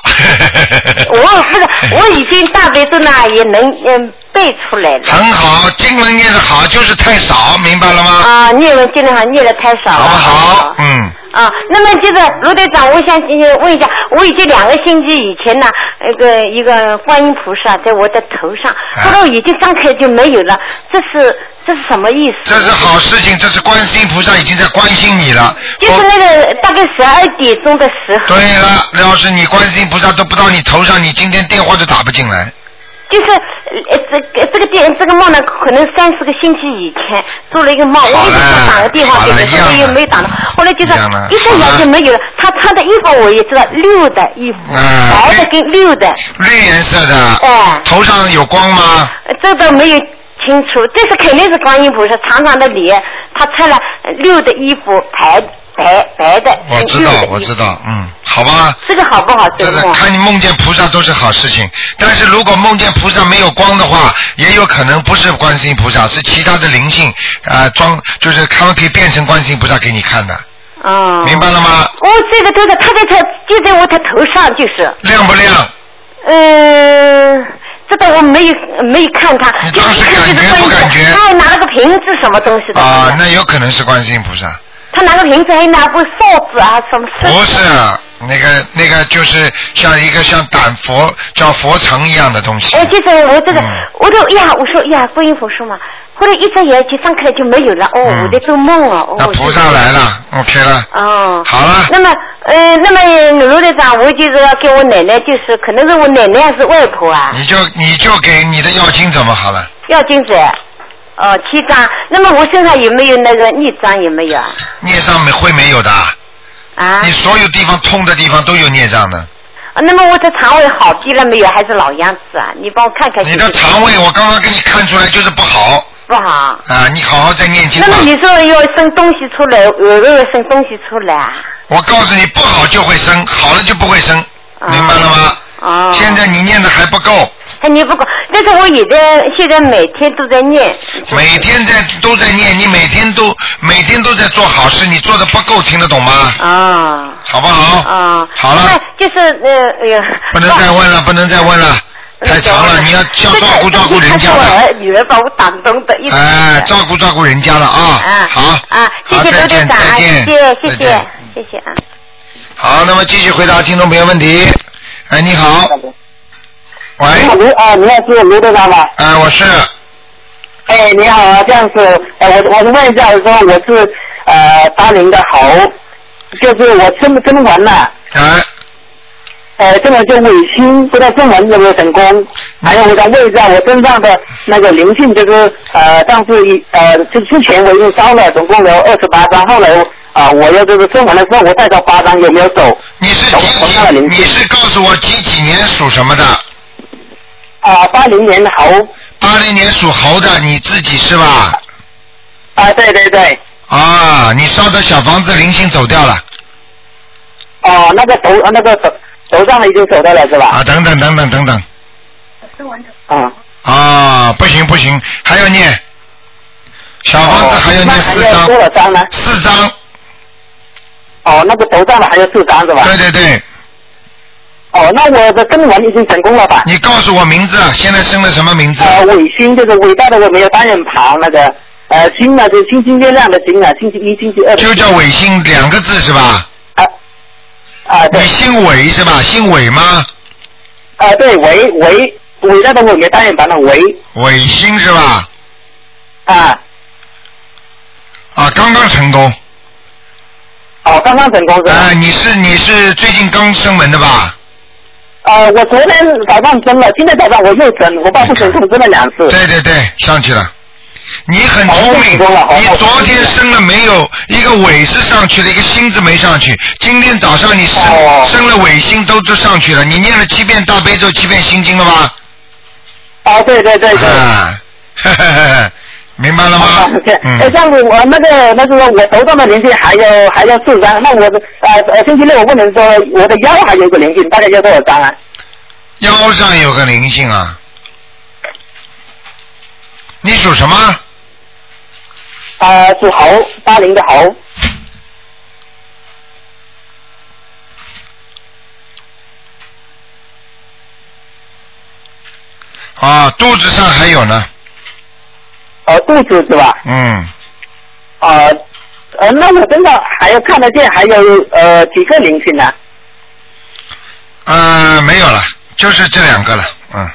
A: [LAUGHS]
F: 我不是，我已经大悲咒呢也能嗯、背出来了
A: 很好，经文念得好，就是太少，明白了吗？
F: 啊，念文经的好像念的太少了，
A: 好不好？嗯，
F: 啊，那么就是卢队长，我想呃问一下，我已经两个星期以前呢，那个一个观音菩萨在我的头
A: 啊
F: 上，后来我已经张开就没有了，这是这是什么意思？
A: 这是好事情，这是观世音菩萨已经在关心你了。
F: 就是那个大概十二点钟的时候，
A: 对了，要是你观世音菩萨都不到你头上，你今天电话都打不进来。
F: 就是呃这个这个电这个梦呢，可能三四个星期以前做了一个梦，我一直想打个电话给他，
A: 好了
F: 后来
A: 一样
F: 又
A: 了
F: 没打到，后来就是
A: 一样了
F: 一睁眼就没有了。他穿的衣服我也知道，绿的衣服，
A: 嗯
F: 白的跟绿的，
A: 绿颜色的，
F: 哎，
A: 头上有光吗？
F: 呃这都没有清楚，这是肯定是观音菩萨长长的脸，他穿了绿的衣服，白白白的，
A: 我知道
F: 绿的衣，服
A: 我知道，嗯，好吧。
F: 哎这个好不好？这
A: 这
F: 个
A: 个
F: 梦
A: 看你梦见菩萨都是好事情，但是如果梦见菩萨没有光的话，也有可能不是观世音菩萨，是其他的灵性啊、装，就是他们可以变成观世音菩萨给你看的，啊
F: 嗯，
A: 明白了吗？
F: 哦，这个都是他在他就在我的头上，就是。
A: 亮不亮？
F: 嗯，这个我没有没有看他，
A: 你
F: 就
A: 当
F: 是
A: 时
F: 看这
A: 感
F: 个
A: 觉不
F: 杯
A: 感觉
F: 子，他还拿了个瓶子什么东西的，
A: 啊、那有可能是观世音菩萨，
F: 他拿个瓶子还拿部哨子啊什么，
A: 不是啊那个那个就是像一个像胆佛叫佛城一样的东西
F: 哎，，就是我这个，
A: 嗯
F: 我都哎呀，我说呀，观音菩萨嘛，后来一睁眼就上课就没有了，哦，
A: 嗯
F: 我在做梦啊，哦，
A: 那菩萨来了，OK 了，
F: 哦。
A: 好了。
F: 那么，呃，那么卢队长，我就是要给我奶奶，就是可能是我奶奶还是外婆啊，
A: 你就你就给你的药精怎么好了？
F: 要金子，哦，七张。那么我身上有没有那个逆张有没有啊？
A: 孽障没会没有的，
F: 啊
A: 你所有地方痛的地方都有孽障的。
F: 啊那么我的肠胃好低了没有？还是老样子啊？你帮我看看
A: 你
F: 行
A: 的
F: 不行？
A: 肠胃我刚刚给你看出来就是不好
F: 不好。
A: 啊，你好好再念经
F: 那
A: 吧
F: 么。你说要生东西出来，偶尔生东西出来啊？
A: 我告诉你，不好就会生，好了就不会生，
F: 啊
A: 明白了吗？
F: 哦。
A: 现在你念的还不够，
F: 哎，你不管，但是我也在现在每天都在念。
A: 每天在都在念，你每天都每天都在做好事，你做的不够，听得懂吗？
F: 啊
A: 好不好？
F: 啊。
A: 好了，
F: 那就是呃，哎呀。
A: 不能再问了，不能再问了，太长了，你要要照顾照顾人家
F: 我
A: 的，
F: 儿女儿把我打动的，一直
A: 哎，照顾照顾人家了啊
F: 啊。
A: 好。
F: 啊，谢
A: 好
F: 谢
A: 再
F: 刘队
A: 见
F: 长啊，
A: 再见，
F: 谢谢谢
A: 再
F: 谢
A: 见
F: 谢谢啊。
A: 好，那么继续回答听众朋友问题。哎，你好，喂，
E: 好的啊，你好，是卢队长吗？
A: 哎，我是，
E: 哎，你好啊，这样子，哎，我我问一下，说我是呃八零的猴，就是我生生完了，
A: 哎，
E: 呃，这个就尾心，不知道生完有没有成
A: 嗯
E: 功？还有，我想问一下，我身上的那个灵性，就是呃上次一呃，就之前我已经烧了，总共有二十八张，后来啊、我又就是生完了之后，我再烧八张，有没有走？
A: 你是
E: 小
A: 几
E: 黄大的
A: 几？
E: 灵
A: 你是告诉我几几年属什么的？
E: 啊、八零年的猴，
A: 八零年属猴的，你自己是吧？
E: 啊，对对对，
A: 啊，你烧的小房子灵性走掉了
E: 哦、那个头那个头头上的已经走到了是吧？
A: 啊！等等等等等等
E: 啊，
A: 啊！不行不行，还要念小房子，
E: 哦
A: 还要
E: 那
A: 念
E: 还
A: 四
E: 要
A: 张
E: 多，少张呢？
A: 四张，
E: 哦，那个头上的还有四张是吧？
A: 对对对，
E: 哦，那我的正文已经成功了吧？
A: 你告诉我名字，啊现在生了什么名字？
E: 呃，伟星就是伟大的伟，没有单人旁那个，呃，星呢就是星星月亮的星啊，星期一、星期二的
A: 就叫伟星两个字是吧？
E: 啊啊对
A: 你姓韦是吧？姓韦吗？
E: 啊对伟伟伟大的伟，没有单人旁的伟
A: 韦星是吧？
E: 啊，
A: 啊，刚刚成功。
E: 哦，刚刚成功是
A: 啊，
E: 吧？
A: 你是你是最近刚升文的吧？
E: 呃，我昨天早上生了，今天早上我又生，我爸不成功生了两次。
A: 对对对，上去了。你很
E: 好
A: 聪
E: 我
A: 明，
E: 哦成功了好
A: 你
E: 我
A: 昨天
E: 成功了
A: 升了没有？一个尾是上去了，一个星字没上去。今天早上你升、
E: 哦
A: 升了尾星都都上去了。你念了七遍大悲咒，七遍心经了吗？
E: 哦，对对对对。
A: 啊，呵呵呵呵啊 [LAUGHS] 明白了吗
E: 啊，对，？呃，
A: 嗯，
E: 像我那个，那就是我头上的灵性还有还有四张，那我的呃呃星期六我问你说我的腰还有一个灵性，大概要多少张啊？
A: 腰上有个灵性啊。你属什么？
E: 呃，属猴，八零的猴。
A: 啊，肚子上还有呢。
E: 呃，肚子是吧？
A: 嗯，
E: 呃，呃，那我身上还有看得见，还有呃几个灵性呢？
A: 呃，没有了，就是这两个了，嗯，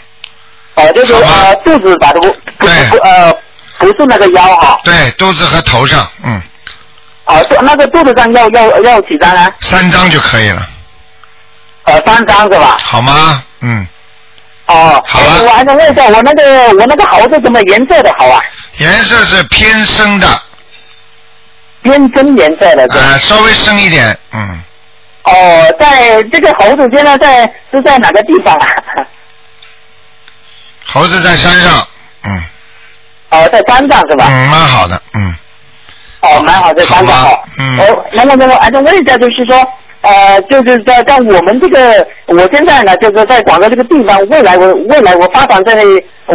E: 呃，就是
A: 好吧
E: 呃肚子吧，不不
A: 对
E: 不呃不是那个腰哈，
A: 对，肚子和头上，嗯，
E: 呃肚那个肚子上要要要几张啊？
A: 三张就可以了，
E: 呃，三张是吧？
A: 好吗？嗯，
E: 哦，
A: 好啊了
E: 哎我还想问一下，我那个我那个猴是什么颜色的猴啊？
A: 颜色是偏深的，啊、
E: 偏深颜色的是吧？
A: 呃稍微深一点，嗯，
E: 哦，在这个猴子现在在是在哪个地方啊？ [LAUGHS]
A: 猴子在山上，嗯，
E: 哦，在山上是吧？
A: 嗯，蛮好的，嗯，
E: 哦，蛮好，在山上
A: 好
E: 哦
A: 吧。嗯 [LAUGHS]
E: 哦，那么那么，啊，再问一下，就是说，呃，就是在在我们这个，我现在呢，就是在广州这个地方，未来我未来我发展在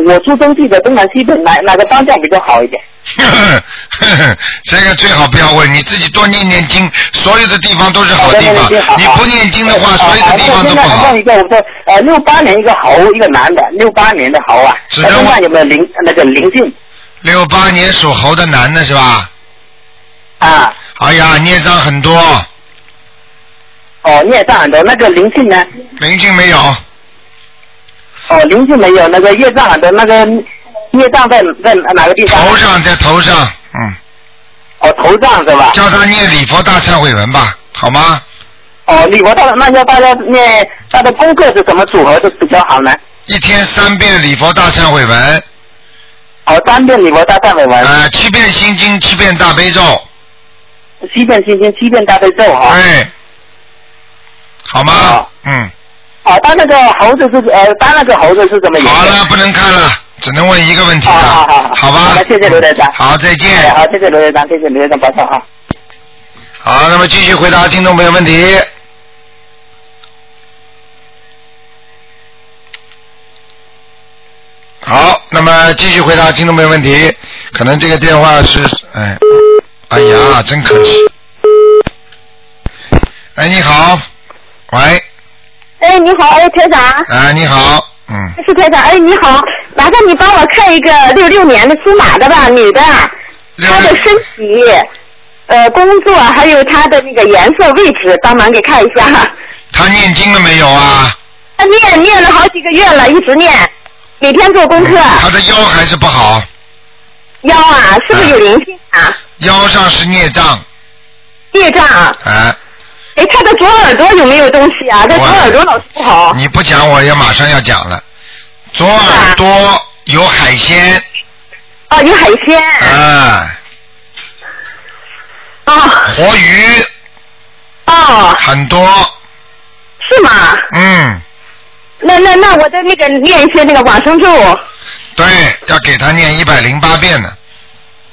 E: 我出生地的东南西北哪哪个方向比较好一点？
A: 呵呵呵呵，这个最好不要问，你自己多念念经，所有的地方都是好地
E: 好
A: 方
E: 的好的好，的
A: 你不念经的话，所有的地方都
E: 好。啊那我现
A: 不
E: 在还
A: 好
E: 问。一个，我说，呃，六八年一个猴，一个男的，六八年的猴啊，
A: 只
E: 他
A: 能
E: 身上
A: 问
E: 有没有灵那个灵性
A: 六八年属猴的男的是吧？
E: 啊？
A: 哎呀，孽障很多，
E: 哦，孽障很多，那个灵性呢？
A: 灵性没有，
E: 哦，灵性没有，那个业障很多，那个业障在在哪个地方？
A: 头上在头上，嗯，
E: 哦，头上是吧？
A: 叫他念礼佛大忏悔文吧，好吗？
E: 哦，礼佛大那要大家念他的功课是怎么组合是比较好呢？
A: 一天三遍礼佛大忏悔文，
E: 哦，三遍礼佛大忏悔文，
A: 呃，七遍心经，七遍大悲咒，
E: 七遍心经，七遍大悲咒哈。
A: 哎，好吗
E: 好？
A: 嗯，
E: 哦，他那个猴子是呃，他那个猴子是什么颜色？
A: 好了，不能看了，只能问一个问题
E: 哦好
A: 了，
E: 好好
A: 好吧
E: 好的？谢谢刘队长
A: 好，再见。
E: 哎。好，谢谢刘队长，谢谢刘队长，保重啊。
A: 好，那么继续回答听众朋友问题。好，那么继续回答听众朋友问题。可能这个电话是，哎，哎呀，真可惜。哎，你好，喂，
G: 哎，你好，哎，台长，
A: 哎，你好，嗯，
G: 是台长，哎，你好，麻烦你帮我看一个六六年的属马的吧，女的，
A: 六
G: 她的
A: 六
G: 身体、呃，工作还有她的那个颜色位置，帮忙给看一下。
A: 他念经了没有啊？
G: 她念念了好几个月了，一直念，每天做功课。
A: 他的腰还是不好，
G: 腰啊，是不是有灵性啊？
A: 腰上是孽障，
G: 业障啊？
A: 哎，
G: 哎，她的左耳朵有没有东西啊？这左耳朵老是不好。
A: 你不讲我也马上要讲了。左耳朵有海鲜，
G: 哦，有海鲜。
A: 啊，
G: 哦
A: 活鱼
G: 哦，
A: 很多，
G: 是吗？
A: 嗯，
G: 那那那我的那个念一些那个往生咒。
A: 对，要给他念一百零八遍呢，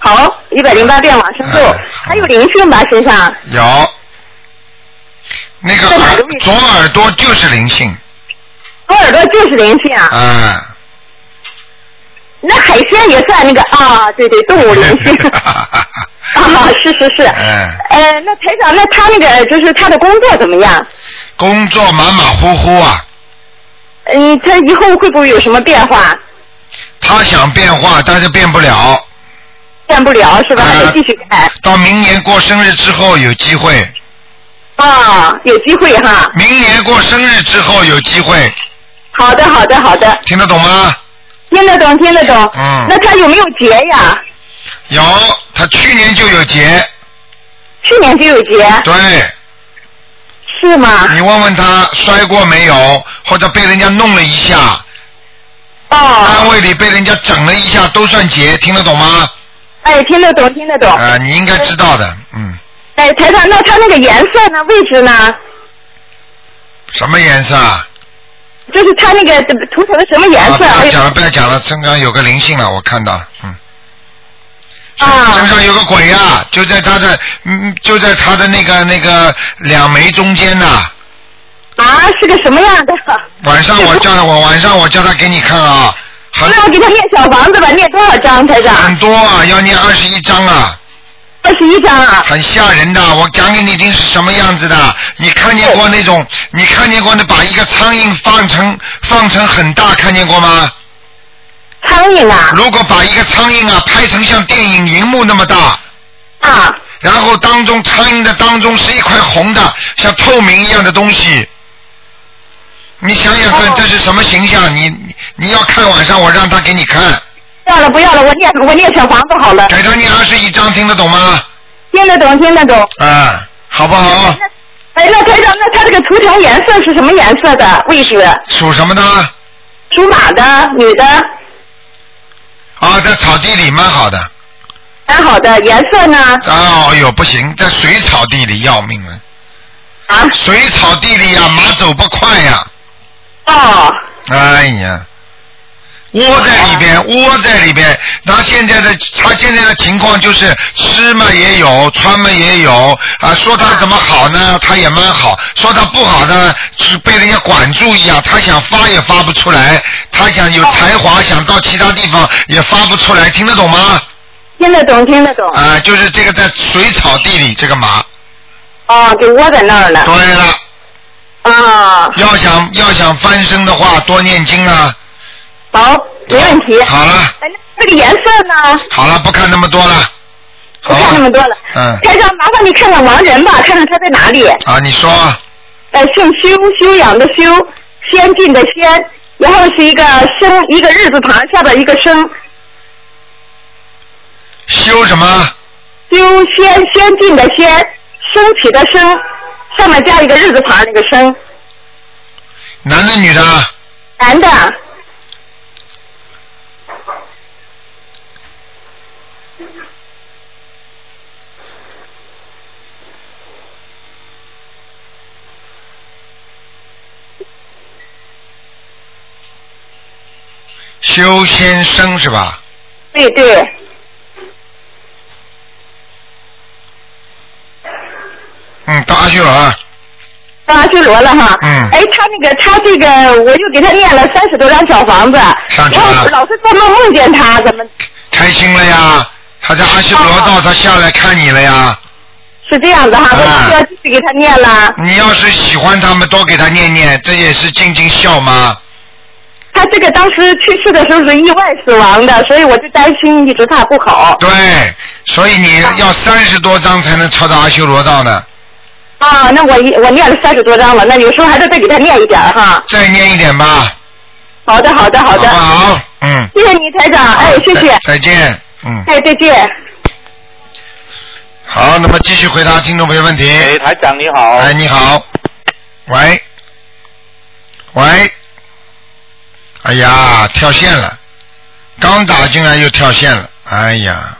G: 好，一百零八遍往生咒
A: 哎，
G: 还有灵性吧身上？
A: 有。那个
G: 在哪
A: 耳
G: 个位置
A: 左耳朵就是灵性，
G: 左耳朵就是灵性啊，
A: 啊，。
G: 那海鲜也算那个啊，对对，动物灵性
A: [LAUGHS]
G: 啊，是是是。
A: 哎
G: 呃，那台长，那他那个就是他的工作怎么样？
A: 工作马马虎虎啊，
G: 嗯，他以后会不会有什么变化？
A: 他想变化，但是变不了。
G: 变不了是吧？还
A: 啊
G: 得继续改。
A: 到明年过生日之后有机会，
G: 啊，有机会哈。
A: 明年过生日之后有机会，
G: 好的，好的，好的，
A: 听得懂吗？
G: 听得懂，听得懂。
A: 嗯
G: 那他有没有结呀？
A: 有，他去年就有结，
G: 去年就有结，
A: 对。
G: 是吗？
A: 你问问他摔过没有，或者被人家弄了一下，单
G: 哦，
A: 位里被人家整了一下，都算劫，听得懂吗？
G: 哎，听得懂，听得懂。
A: 啊、你应该知道的，嗯，
G: 哎，台长，那它那个颜色呢？位置呢？
A: 什么颜色啊？
G: 就是它那个涂成什么颜
A: 啊，不
G: 色？哎
A: 要
G: 呦
A: 讲了，不要讲了，身上有个灵性了，我看到了，嗯，身
G: 啊
A: 上有个鬼呀、啊，就在他的，嗯，就在他的那个那个两眉中间呐、
G: 啊，是个什么样的？
A: 晚上我叫他，我晚上我叫他给你看啊，好
E: 那我给他念小房子吧，念多少章，台长？
A: 很多啊，要念二十一章啊，
E: 二十一章啊。
A: 很吓人的。我讲给你听是什么样子的，你看见过那种，你看见过那把一个苍蝇放成放成很大，看见过吗？
E: 苍蝇啊
A: 如果把一个苍蝇啊拍成像电影荧幕那么大，
E: 啊！
A: 然后当中苍蝇的当中是一块红的，像透明一样的东西。你想想看，这是什么形象？你你你要看晚上我让他给你看，
E: 不要了，不要了，我念我念小房子好了，
A: 给他念二十一章，听得懂吗？
E: 听得懂，听得懂。
A: 啊，好不好？
E: 哎，那台长，那他这个图腾颜色是什么颜色的？位置？
A: 属什么的？
E: 属马的，女的，
A: 啊，在草地里蛮好的。
E: 蛮好的。颜色呢？
A: 啊，哎呦，不行，在水草地里要命了。
E: 啊，嗯
A: 水草地里呀、马走不快呀、
E: 哦，
A: 哎呀，窝在里
E: 哦
A: 边，窝在里边。他现在的他现在的情况就是吃嘛也有，穿嘛也有啊。说他怎么好呢？他也蛮好。说他不好呢，是被人家管住一样。他想发也发不出来，他想
E: 哦
A: 有才华，想到其他地方也发不出来。听得懂吗？
E: 听得懂，听得懂。
A: 啊，就是这个在水草地里这个马。
E: 哦，就窝在那儿了。
A: 对了，
E: 啊，
A: 要想要想翻身的话，多念经啊。
E: 好，没问题。
A: 好了，
E: 哎，那这个颜色呢？
A: 好了，不看那么多了。
E: 不
A: 好吧
E: 看那么多了。
A: 嗯
E: 台长，麻烦你看看盲人吧，看看他在哪里。
A: 啊，你说
E: 呃，姓修，修养的修，先进的先，然后是一个生，一个日字旁下边一个生，
A: 修什么？
E: 修先先进的先，升起的升，上面加一个日字旁那个升，
A: 男的女的？
E: 男的，
A: 修仙生是吧？
E: 对对，
A: 嗯，到阿修罗。
E: 到阿修罗了哈。
A: 嗯
E: 哎，他那个他这个，我又给他念了三十多张小房子，
A: 上去
E: 然
A: 了
E: 后哎老是做梦梦见他，怎么
A: 开心了呀，他在阿修罗道，他下来看你了呀。
E: 啊是这样子哈？
A: 啊
E: 我就要继续给他念了。
A: 你要是喜欢他们，多给他念念，这也是尽尽孝嘛。
E: 他这个当时去世的时候是意外死亡的，所以我就担心，一直怕不好。
A: 对，所以你要三十多章才能超到阿修罗道呢。
E: 啊，那我一我念了三十多章了，那有时候还得再给他念一点儿哈。
A: 再念一点吧，
E: 好的，好的，好
A: 好不
E: 的，
A: 好？嗯。
E: 谢谢你台长，哎，谢谢
A: 再，再见，嗯。
E: 哎，再见。
A: 好，那么继续回答听众朋友问题。
H: 哎，台长你好。
A: 哎，你好，喂，喂，哎呀，跳线了，刚打进来又跳线了，哎呀，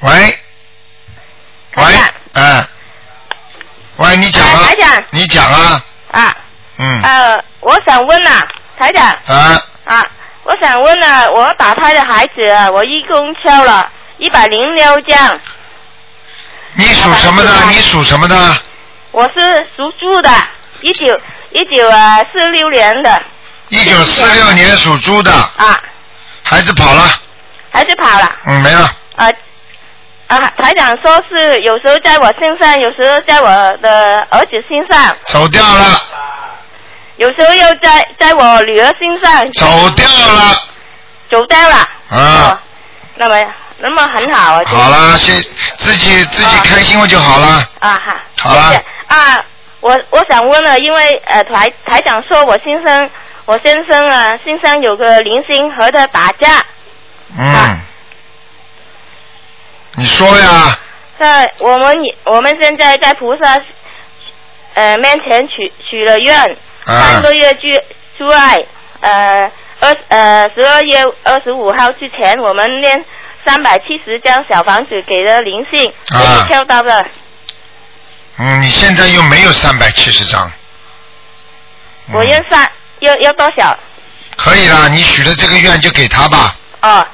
A: 喂，喂
I: 台长，
A: 哎，喂，你讲啊
I: 哎台长，
A: 你讲啊，
I: 啊，
A: 嗯，
I: 呃，我想问啊，台长
A: 啊，
I: 啊，我想问啊，我打胎的孩子啊，我一共抽了一百零六张，
A: 你属什
E: 哎
A: 么的？你属什么的？
I: 我是属猪的，一九一九啊四六年的
A: 一九四六年属猪的，
I: 啊，
A: 孩子跑了，
I: 还是跑了
A: 嗯，没了，
I: 啊啊，台长说是有时候在我身上，有时候在我的儿子身上，
A: 走掉了，
I: 有时候又在在我女儿身上
A: 走掉了，
I: 走掉了。
A: 啊
I: 哦。那么那么很好啊。这个
A: 好了，先自己自己
I: 啊
A: 开心我就好了。
I: 啊哈，
A: 好了
I: 谢谢啊，我我想问了，因为呃台台长说我先生我先生啊身上有个零星和他打架，
A: 嗯
I: 啊，
A: 你说呀，
I: 在我们也我们现在在菩萨呃面前许许了愿，
A: 啊
I: 上个月之之外呃二呃十二月二十五号之前，我们念三百七十张小房子给了灵性，
A: 啊
I: 被跳到了
A: 嗯，你现在又没有三百七十张，嗯
I: 我要三要要多少？
A: 可以啦，你许的这个愿就给他吧，
I: 哦。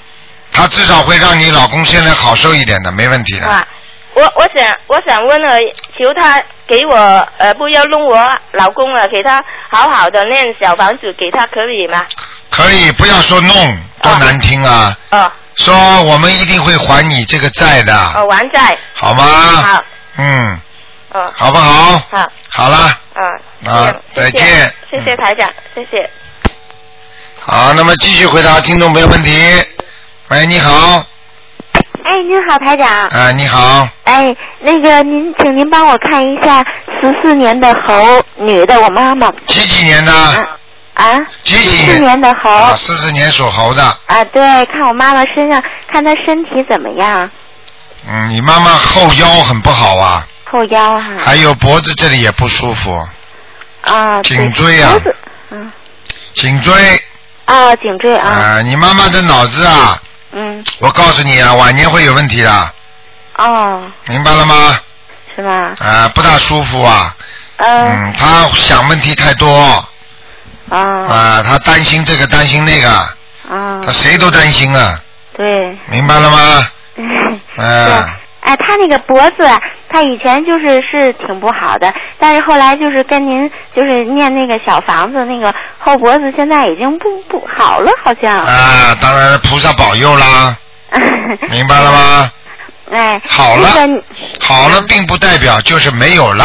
A: 他至少会让你老公现在好受一点的，没问题的。
I: 啊，我我想我想问了，求他给我呃，不要弄我老公了，给他好好的念小房子，给他可以吗？
A: 可以不要说弄，
I: 嗯
A: 多难听啊！
I: 哦
A: 说我们一定会还你这个债的，
I: 哦，还债。
A: 啊好吗？
I: 好，
A: 嗯，
I: 哦，
A: 好不好？
I: 好，
A: 好了，
I: 嗯，
A: 啊，再
I: 谢谢
A: 见。
I: 谢谢台长，谢谢。
A: 好，那么继续回答听众朋友问题。喂，你好，
J: 哎，您好，台长。
A: 啊，你好，
J: 哎，那个您，请您帮我看一下十四年的猴女的，我妈妈
A: 几几年的？
J: 啊，
A: 几几
J: 四
A: 年？
J: 年的猴
A: 啊，四四年属猴的。
J: 啊，对，看我妈妈身上，看她身体怎么样，
A: 嗯，你妈妈后腰很不好啊，
J: 后腰啊，
A: 还有脖子这里也不舒服，
J: 啊，对
A: 颈椎啊
J: 脖子嗯，
A: 颈椎
J: 啊，颈椎
A: 啊、
J: 啊，
A: 你妈妈的脑子啊，
J: 嗯，
A: 我告诉你啊，晚年会有问题的，
J: 哦，
A: 明白了吗？
J: 是吗？
A: 啊，不大舒服啊，
J: 嗯，
A: 嗯，她想问题太多
J: 啊，
A: 啊，她担心这个担心那个，
J: 啊
A: 她，谁都担心啊，
J: 对，
A: 明白了吗？
J: 对
A: 啊，
J: 哎，他那个脖子啊，他以前就是是挺不好的，但是后来就是跟您就是念那个小房子那个后脖子，现在已经不不好了，好像。
A: 啊，当然菩萨保
J: [LAUGHS]
A: 佑啦，明白了吗？
J: 哎，
A: 好了
J: 那个
A: 好了，并不代表就是没有了，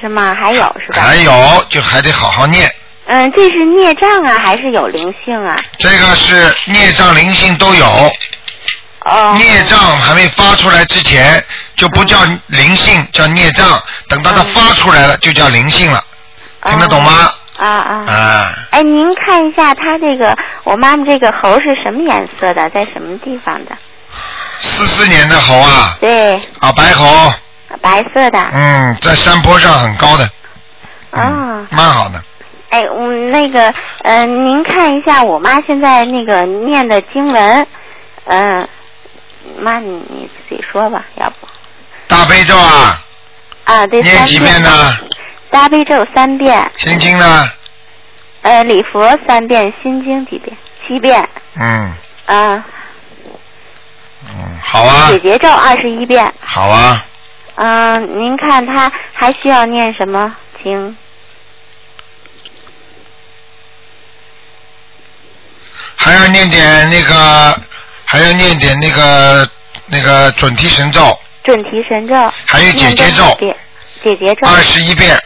J: 是吗？还有是吧？
A: 还有就还得好好念。
J: 嗯，这是孽障啊，还是有灵性啊？
A: 这个是孽障、灵性都有，
J: 哦，
A: 孽障还没发出来之前就不叫灵
J: 嗯
A: 性，叫孽障。等到它发出来了，就叫灵性了，
J: 哦
A: 听得懂吗？
J: 啊啊！
A: 啊，
J: 哎，您看一下他这个我妈妈这个猴是什么颜色的，在什么地方的？
A: 四四年的猴啊，
J: 对，
A: 啊白猴，
J: 白色的。
A: 嗯，在山坡上很高的，
J: 啊
A: 嗯，蛮好的。
J: 哎，我那个，呃，您看一下我妈现在那个念的经文，嗯、妈你你自己说吧，要不
A: 大悲咒啊，
J: 啊，对，
A: 念
J: 三
A: 几遍呢？
J: 大悲咒三遍，
A: 心经呢？
J: 呃，礼佛三遍，心经几遍？七遍，
A: 嗯
J: 啊，
A: 嗯，好啊，
J: 解结咒二十一遍，
A: 好啊，
J: 嗯、您看她还需要念什么经？
A: 还要念点那个，还要念点那个那个准提神咒
J: 准提神咒，
A: 还有解结
J: 念多
A: 咒
J: 少遍解结咒，
A: 二十一遍，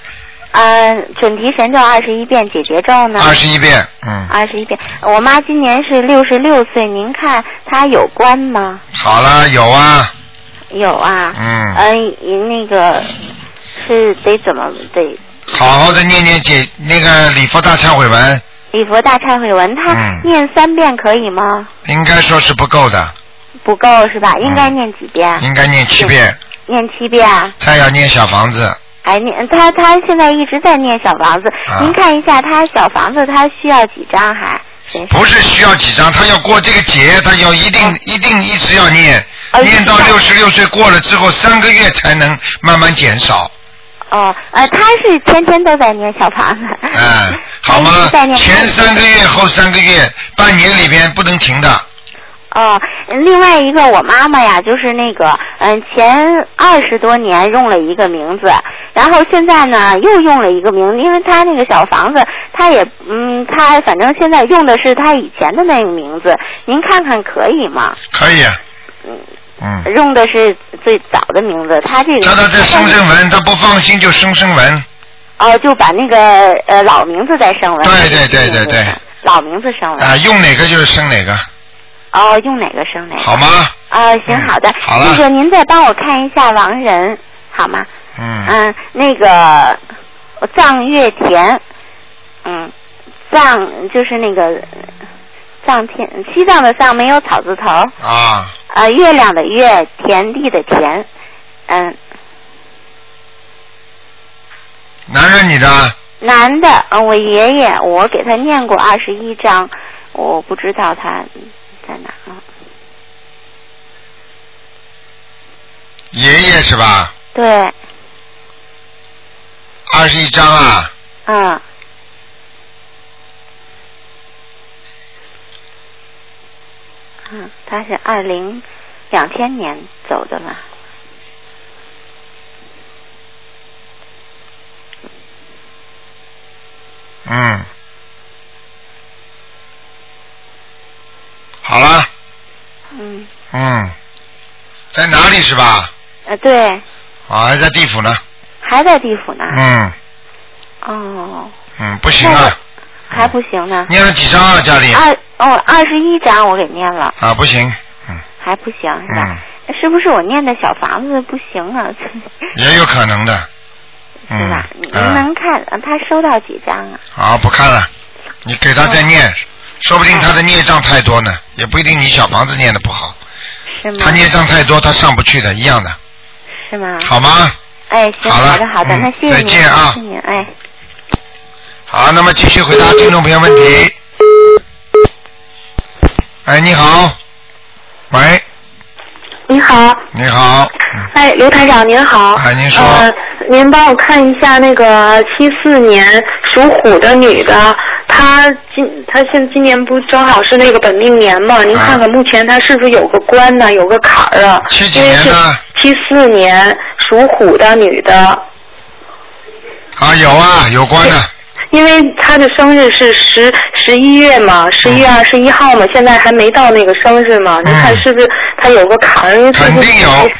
J: 嗯、准提神咒二十一遍，解结咒呢？
A: 二十一遍，嗯，
J: 二十一遍。我妈今年是六十六岁，您看她有关吗？
A: 好啦，有啊，
J: 有啊。
A: 嗯
J: 嗯、那个是得怎么得？
A: 好好的念念解那个礼佛大忏悔文，
J: 礼佛大忏悔文，她
A: 嗯
J: 念三遍可以吗？
A: 应该说是不够的，
J: 不够是
A: 嗯
J: 吧？应该念几遍？
A: 应该念七遍，
J: 念七遍啊。
A: 再要念小房子，
J: 哎，念她她现在一直在念小房子，
A: 啊
J: 您看一下她小房子她需要几张还？真是
A: 不是需要几张，他要过这个节，他要一定一定一嗯直要念，
J: 哦一直
A: 念到
J: 要
A: 六十六岁过了之后，三个月才能慢慢减少。
J: 哦，呃，她是天天都在念小房子。
A: 嗯，好
J: [LAUGHS] 她一
A: 吗
J: 直在？念
A: 前三个月、后三个月、半年里边不能停的。
J: 哦，另外一个我妈妈呀，就是那个嗯，前二十多年用了一个名字，然后现在呢又用了一个名字，因为她那个小房子，她也嗯，她反正现在用的是她以前的那个名字，您看看可以吗？
A: 可以。
J: 嗯
A: 嗯，
J: 用的是最早的名字，她这个
A: 叫他再生生文，他不放心就生生文。
J: 哦，就把那个呃老名字再升文，
A: 对对对对对，
J: 老名字升文，
A: 啊，用哪个就是生哪个，
J: 哦，用哪个升哪个？
A: 好吗？
J: 啊、行，好的。
A: 嗯好了
J: 那个您再帮我看一下王仁，好吗？
A: 嗯，
J: 嗯，那个藏月田，嗯，藏就是那个藏天西藏的藏没有草字头，
A: 啊，
J: 呃，月亮的月，田地的田，嗯，
A: 男人你的，
J: 男的，嗯、我爷爷，我给他念过二十一章，我不知道他在哪儿啊。
A: 爷爷是吧？
J: 对，
A: 二十一章啊，
J: 嗯，嗯，他是二零两千年走的吧？
A: 嗯，好了，
J: 嗯，
A: 嗯，在哪里是吧？
J: 呃，对，
A: 啊，还在地府呢。
J: 还在地府呢。
A: 嗯
J: 哦，
A: 嗯，不行啊，
J: 还不行呢。
A: 念了几张啊家里
J: 二哦，二十一章我给念了，
A: 啊不行，
J: 还不行是吧？
A: 嗯，
J: 是不是我念的小房子不行啊？ [LAUGHS]
A: 也有可能的。嗯
J: 是吧？您
A: 啊，
J: 能看呃他收到几张啊？哦
A: 好，不看了，你给他再
J: 嗯
A: 念，说不定他的孽障太多呢，也不一定你小房子念的不好，
J: 是吗？
A: 他孽障太多，他上不去的，一样的，
J: 是吗？
A: 好吗？
J: 哎，行，
A: 好了
J: 好的，好的，
A: 嗯
J: 那谢谢
A: 再
J: 您，
A: 见啊
J: 谢谢您，哎。
A: 好，那么继续回答听众朋友问题。哎，你好，喂，
K: 你好，
A: 你好，
K: 哎，刘台长您好，
A: 哎，您说，
K: 呃，您帮我看一下那个七四年属虎的女的，她今她现今年不正好是那个本命年嘛？
A: 啊
K: 您看看目前她是不是有个关呢，有个坎儿啊？
A: 七几年呢？
K: 七四年属虎的女的，
A: 啊，有啊，有关的，
K: 因为她的生日是十十一月嘛，十一月
A: 嗯
K: 二十一号嘛，现在还没到那个生日嘛，您看是不是她有个坎儿？因为最近
A: 肯定有，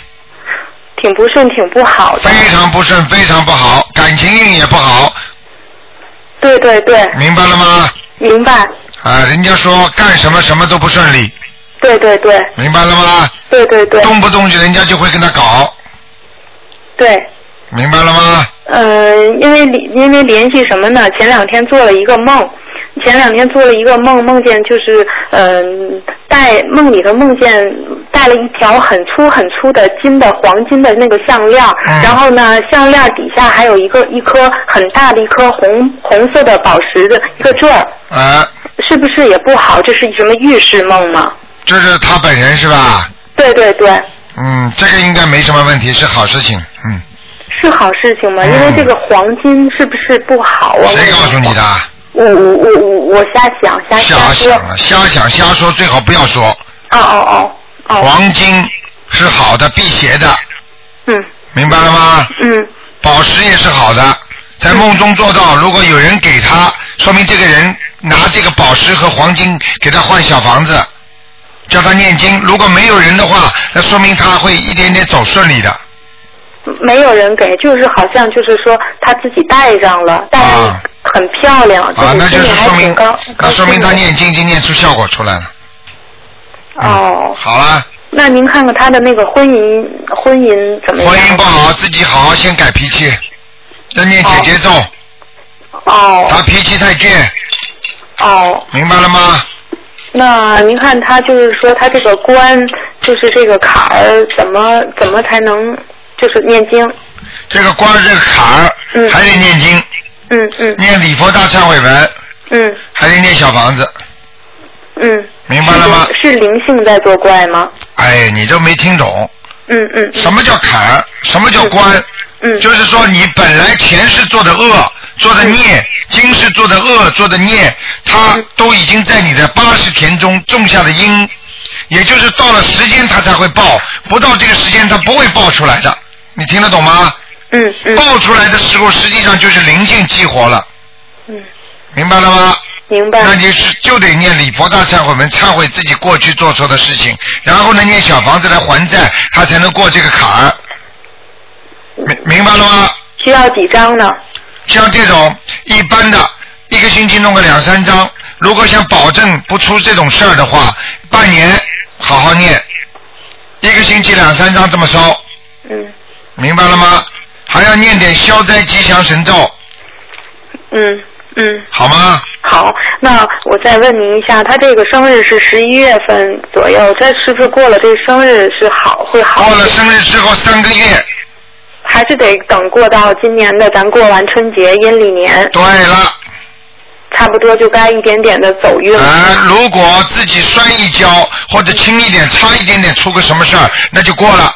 K: 挺不顺，挺不好的。
A: 非常不顺，非常不好，感情运也不好，
K: 对对对，
A: 明白了吗？
K: 明白，
A: 啊，人家说干什么什么都不顺利，
K: 对对对
A: 明白了吗？
K: 对对对
A: 动不动就人家就会跟他搞，
K: 对，
A: 明白了吗？
K: 呃，因为联因为联系什么呢？前两天做了一个梦，前两天做了一个梦，梦见就是嗯、带梦里头梦见带了一条很粗很粗的金的黄金的那个项链，然后呢，项链底下还有一个一颗很大的一颗红红色的宝石的一个坠儿，
A: 啊，
K: 是不是也不好？这是什么预示梦吗？
A: 这是他本人是吧？
K: 对对对。
A: 嗯，这个应该没什么问题，是好事情。嗯，
K: 是好事情吗？因为这个黄金是不是不好啊？
A: 谁告诉你的？
K: 我我我我我瞎想瞎
A: 瞎
K: 瞎说。
A: 想了，瞎想瞎说，最好不要说。
K: 哦哦哦。
A: 黄金是好的，辟邪的。
K: 嗯。
A: 明白了吗？
K: 嗯。
A: 宝石也是好的，在梦中做到，如果有人给他，说明这个人拿这个宝石和黄金给他换小房子，叫他念经。如果没有人的话，那说明他会一点点走顺利的。啊
K: 没有人给，就是好像就是说他自己戴上了，戴上很漂亮，自
A: 啊，
K: 己
A: 那就
K: 嗯心里
A: 是
K: 还
A: 说
K: 挺
A: 明
K: 高，
A: 那说明
K: 高
A: 他
K: 兴的
A: 念经已经念出效果出来了。
K: 哦。
A: 好了，
K: 那您看看他的那个婚姻婚姻怎么样？
A: 婚姻不好，
K: 嗯
A: 自己好好先改脾气，要念姐姐咒。
K: 哦。
A: 他脾气太倔，
K: 哦，
A: 明白了吗？
K: 那您看他就是说他这个关，就是这个坎儿，怎么怎么才能就是念经？
A: 这个关这个坎儿，还得念经。
K: 嗯嗯。
A: 念礼佛大忏悔文，
K: 嗯
A: 还得念小房子，
K: 嗯。
A: 明白了吗？
K: 是灵性在作怪吗？
A: 哎，你都没听懂，
K: 嗯嗯。
A: 什么叫坎儿？什么叫关？
K: 嗯。
A: 就是说你本来前世做的恶，做的
K: 嗯
A: 孽，今世做的恶，做的孽，它都已经在你的八十田中种下的因，也就是到了时间它才会报，不到这个时间它不会报出来的。你听得懂吗？
K: 嗯嗯。
A: 报出来的时候，实际上就是灵性激活了。
K: 嗯。
A: 明白了吗？
K: 明白。
A: 那你是就得念礼佛大忏悔文，忏悔自己过去做错的事情，然后呢念小房子来还债，他才能过这个坎儿。明明白了吗？
K: 需要几张呢？
A: 像这种一般的，一个星期弄个两三张。如果想保证不出这种事儿的话，半年好好念，一个星期两三张这么烧。
K: 嗯。
A: 明白了吗？还要念点消灾吉祥神咒，
K: 嗯嗯。
A: 好吗？
K: 好，那我再问您一下，他这个生日是十一月份左右，他是不是过了这生日是好会好？
A: 过了生日之后三个月。
K: 还是得等过到今年的，咱过完春节阴历年。
A: 对了。
K: 差不多就该一点点的走运了。
A: 啊，如果自己摔一跤或者轻一点、差一点点出个什么事儿，那就过了。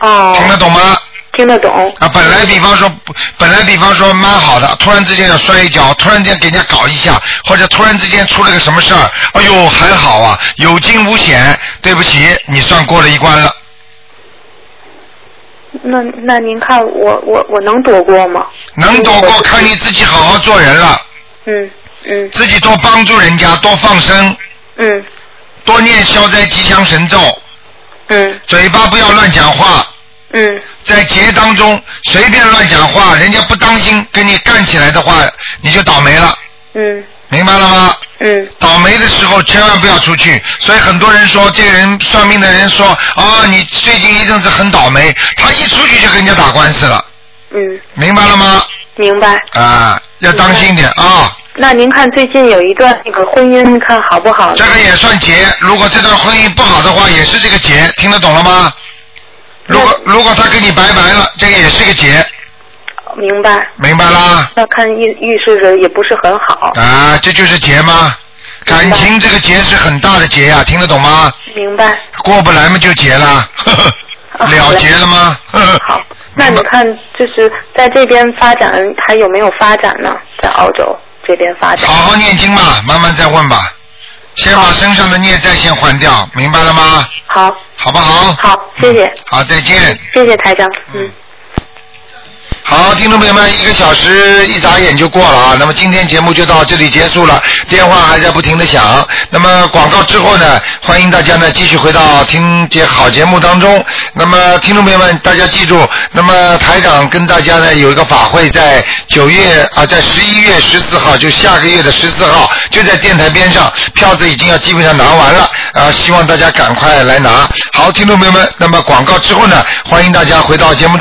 K: 哦。
A: 听得懂吗？
K: 听得懂。
A: 啊，本来比方说，本来比方说蛮好的，突然之间要摔一跤，突然间给人家搞一下，或者突然之间出了个什么事儿，哎呦，还好啊，有惊无险。对不起，你算过了一关了。
K: 那那您看我我我能躲过吗？
A: 能躲过，看你自己好好做人了。
K: 嗯嗯。
A: 自己多帮助人家，多放生。
K: 嗯
A: 多念消灾吉祥神咒，
K: 嗯
A: 嘴巴不要乱讲话，
K: 嗯
A: 在劫当中随便乱讲话，人家不当心跟你干起来的话，你就倒霉了，
K: 嗯
A: 明白了吗？
K: 嗯。
A: 倒霉的时候千万不要出去，所以很多人说，这个人算命的人说，啊，你最近一阵子很倒霉，他一出去就跟人家打官司了，
K: 嗯，
A: 明白了吗？
K: 明白。
A: 啊，要当心点啊，
K: 那您看最近有一段那个婚姻，看好不好？
A: 这个也算劫。如果这段婚姻不好的话，也是这个劫，听得懂了吗？如果如果他跟你拜拜了，这个也是个劫，
K: 明白。
A: 明白啦？
K: 那看预预示着也不是很好，
A: 啊，这就是劫吗？感情这个劫是很大的劫呀、听得懂吗？
K: 明白？
A: 过不来嘛就劫
K: [LAUGHS]
A: 了，呵呵了结了吗？呵呵
K: 那你看就是在这边发展还有没有发展呢？在澳洲这边发展。
A: [LAUGHS] 好好念经吧，慢慢再问吧。先把身上的孽债先还掉，明白了吗？
K: 好，
A: 好不好？嗯
K: 好，谢谢，
A: 好，再见。
K: 谢谢台长，嗯。
A: 好，听众朋友们，一个小时一眨眼就过了啊。那么今天节目就到这里结束了，电话还在不停的响。那么广告之后呢，欢迎大家呢继续回到听节好节目当中。那么听众朋友们，大家记住，那么台长跟大家呢有一个法会在九月啊，在十一月十四号，就下个月的十四号，就在电台边上，票子已经要基本上拿完了啊，希望大家赶快来拿。好，听众朋友们，那么广告之后呢，欢迎大家回到节目中。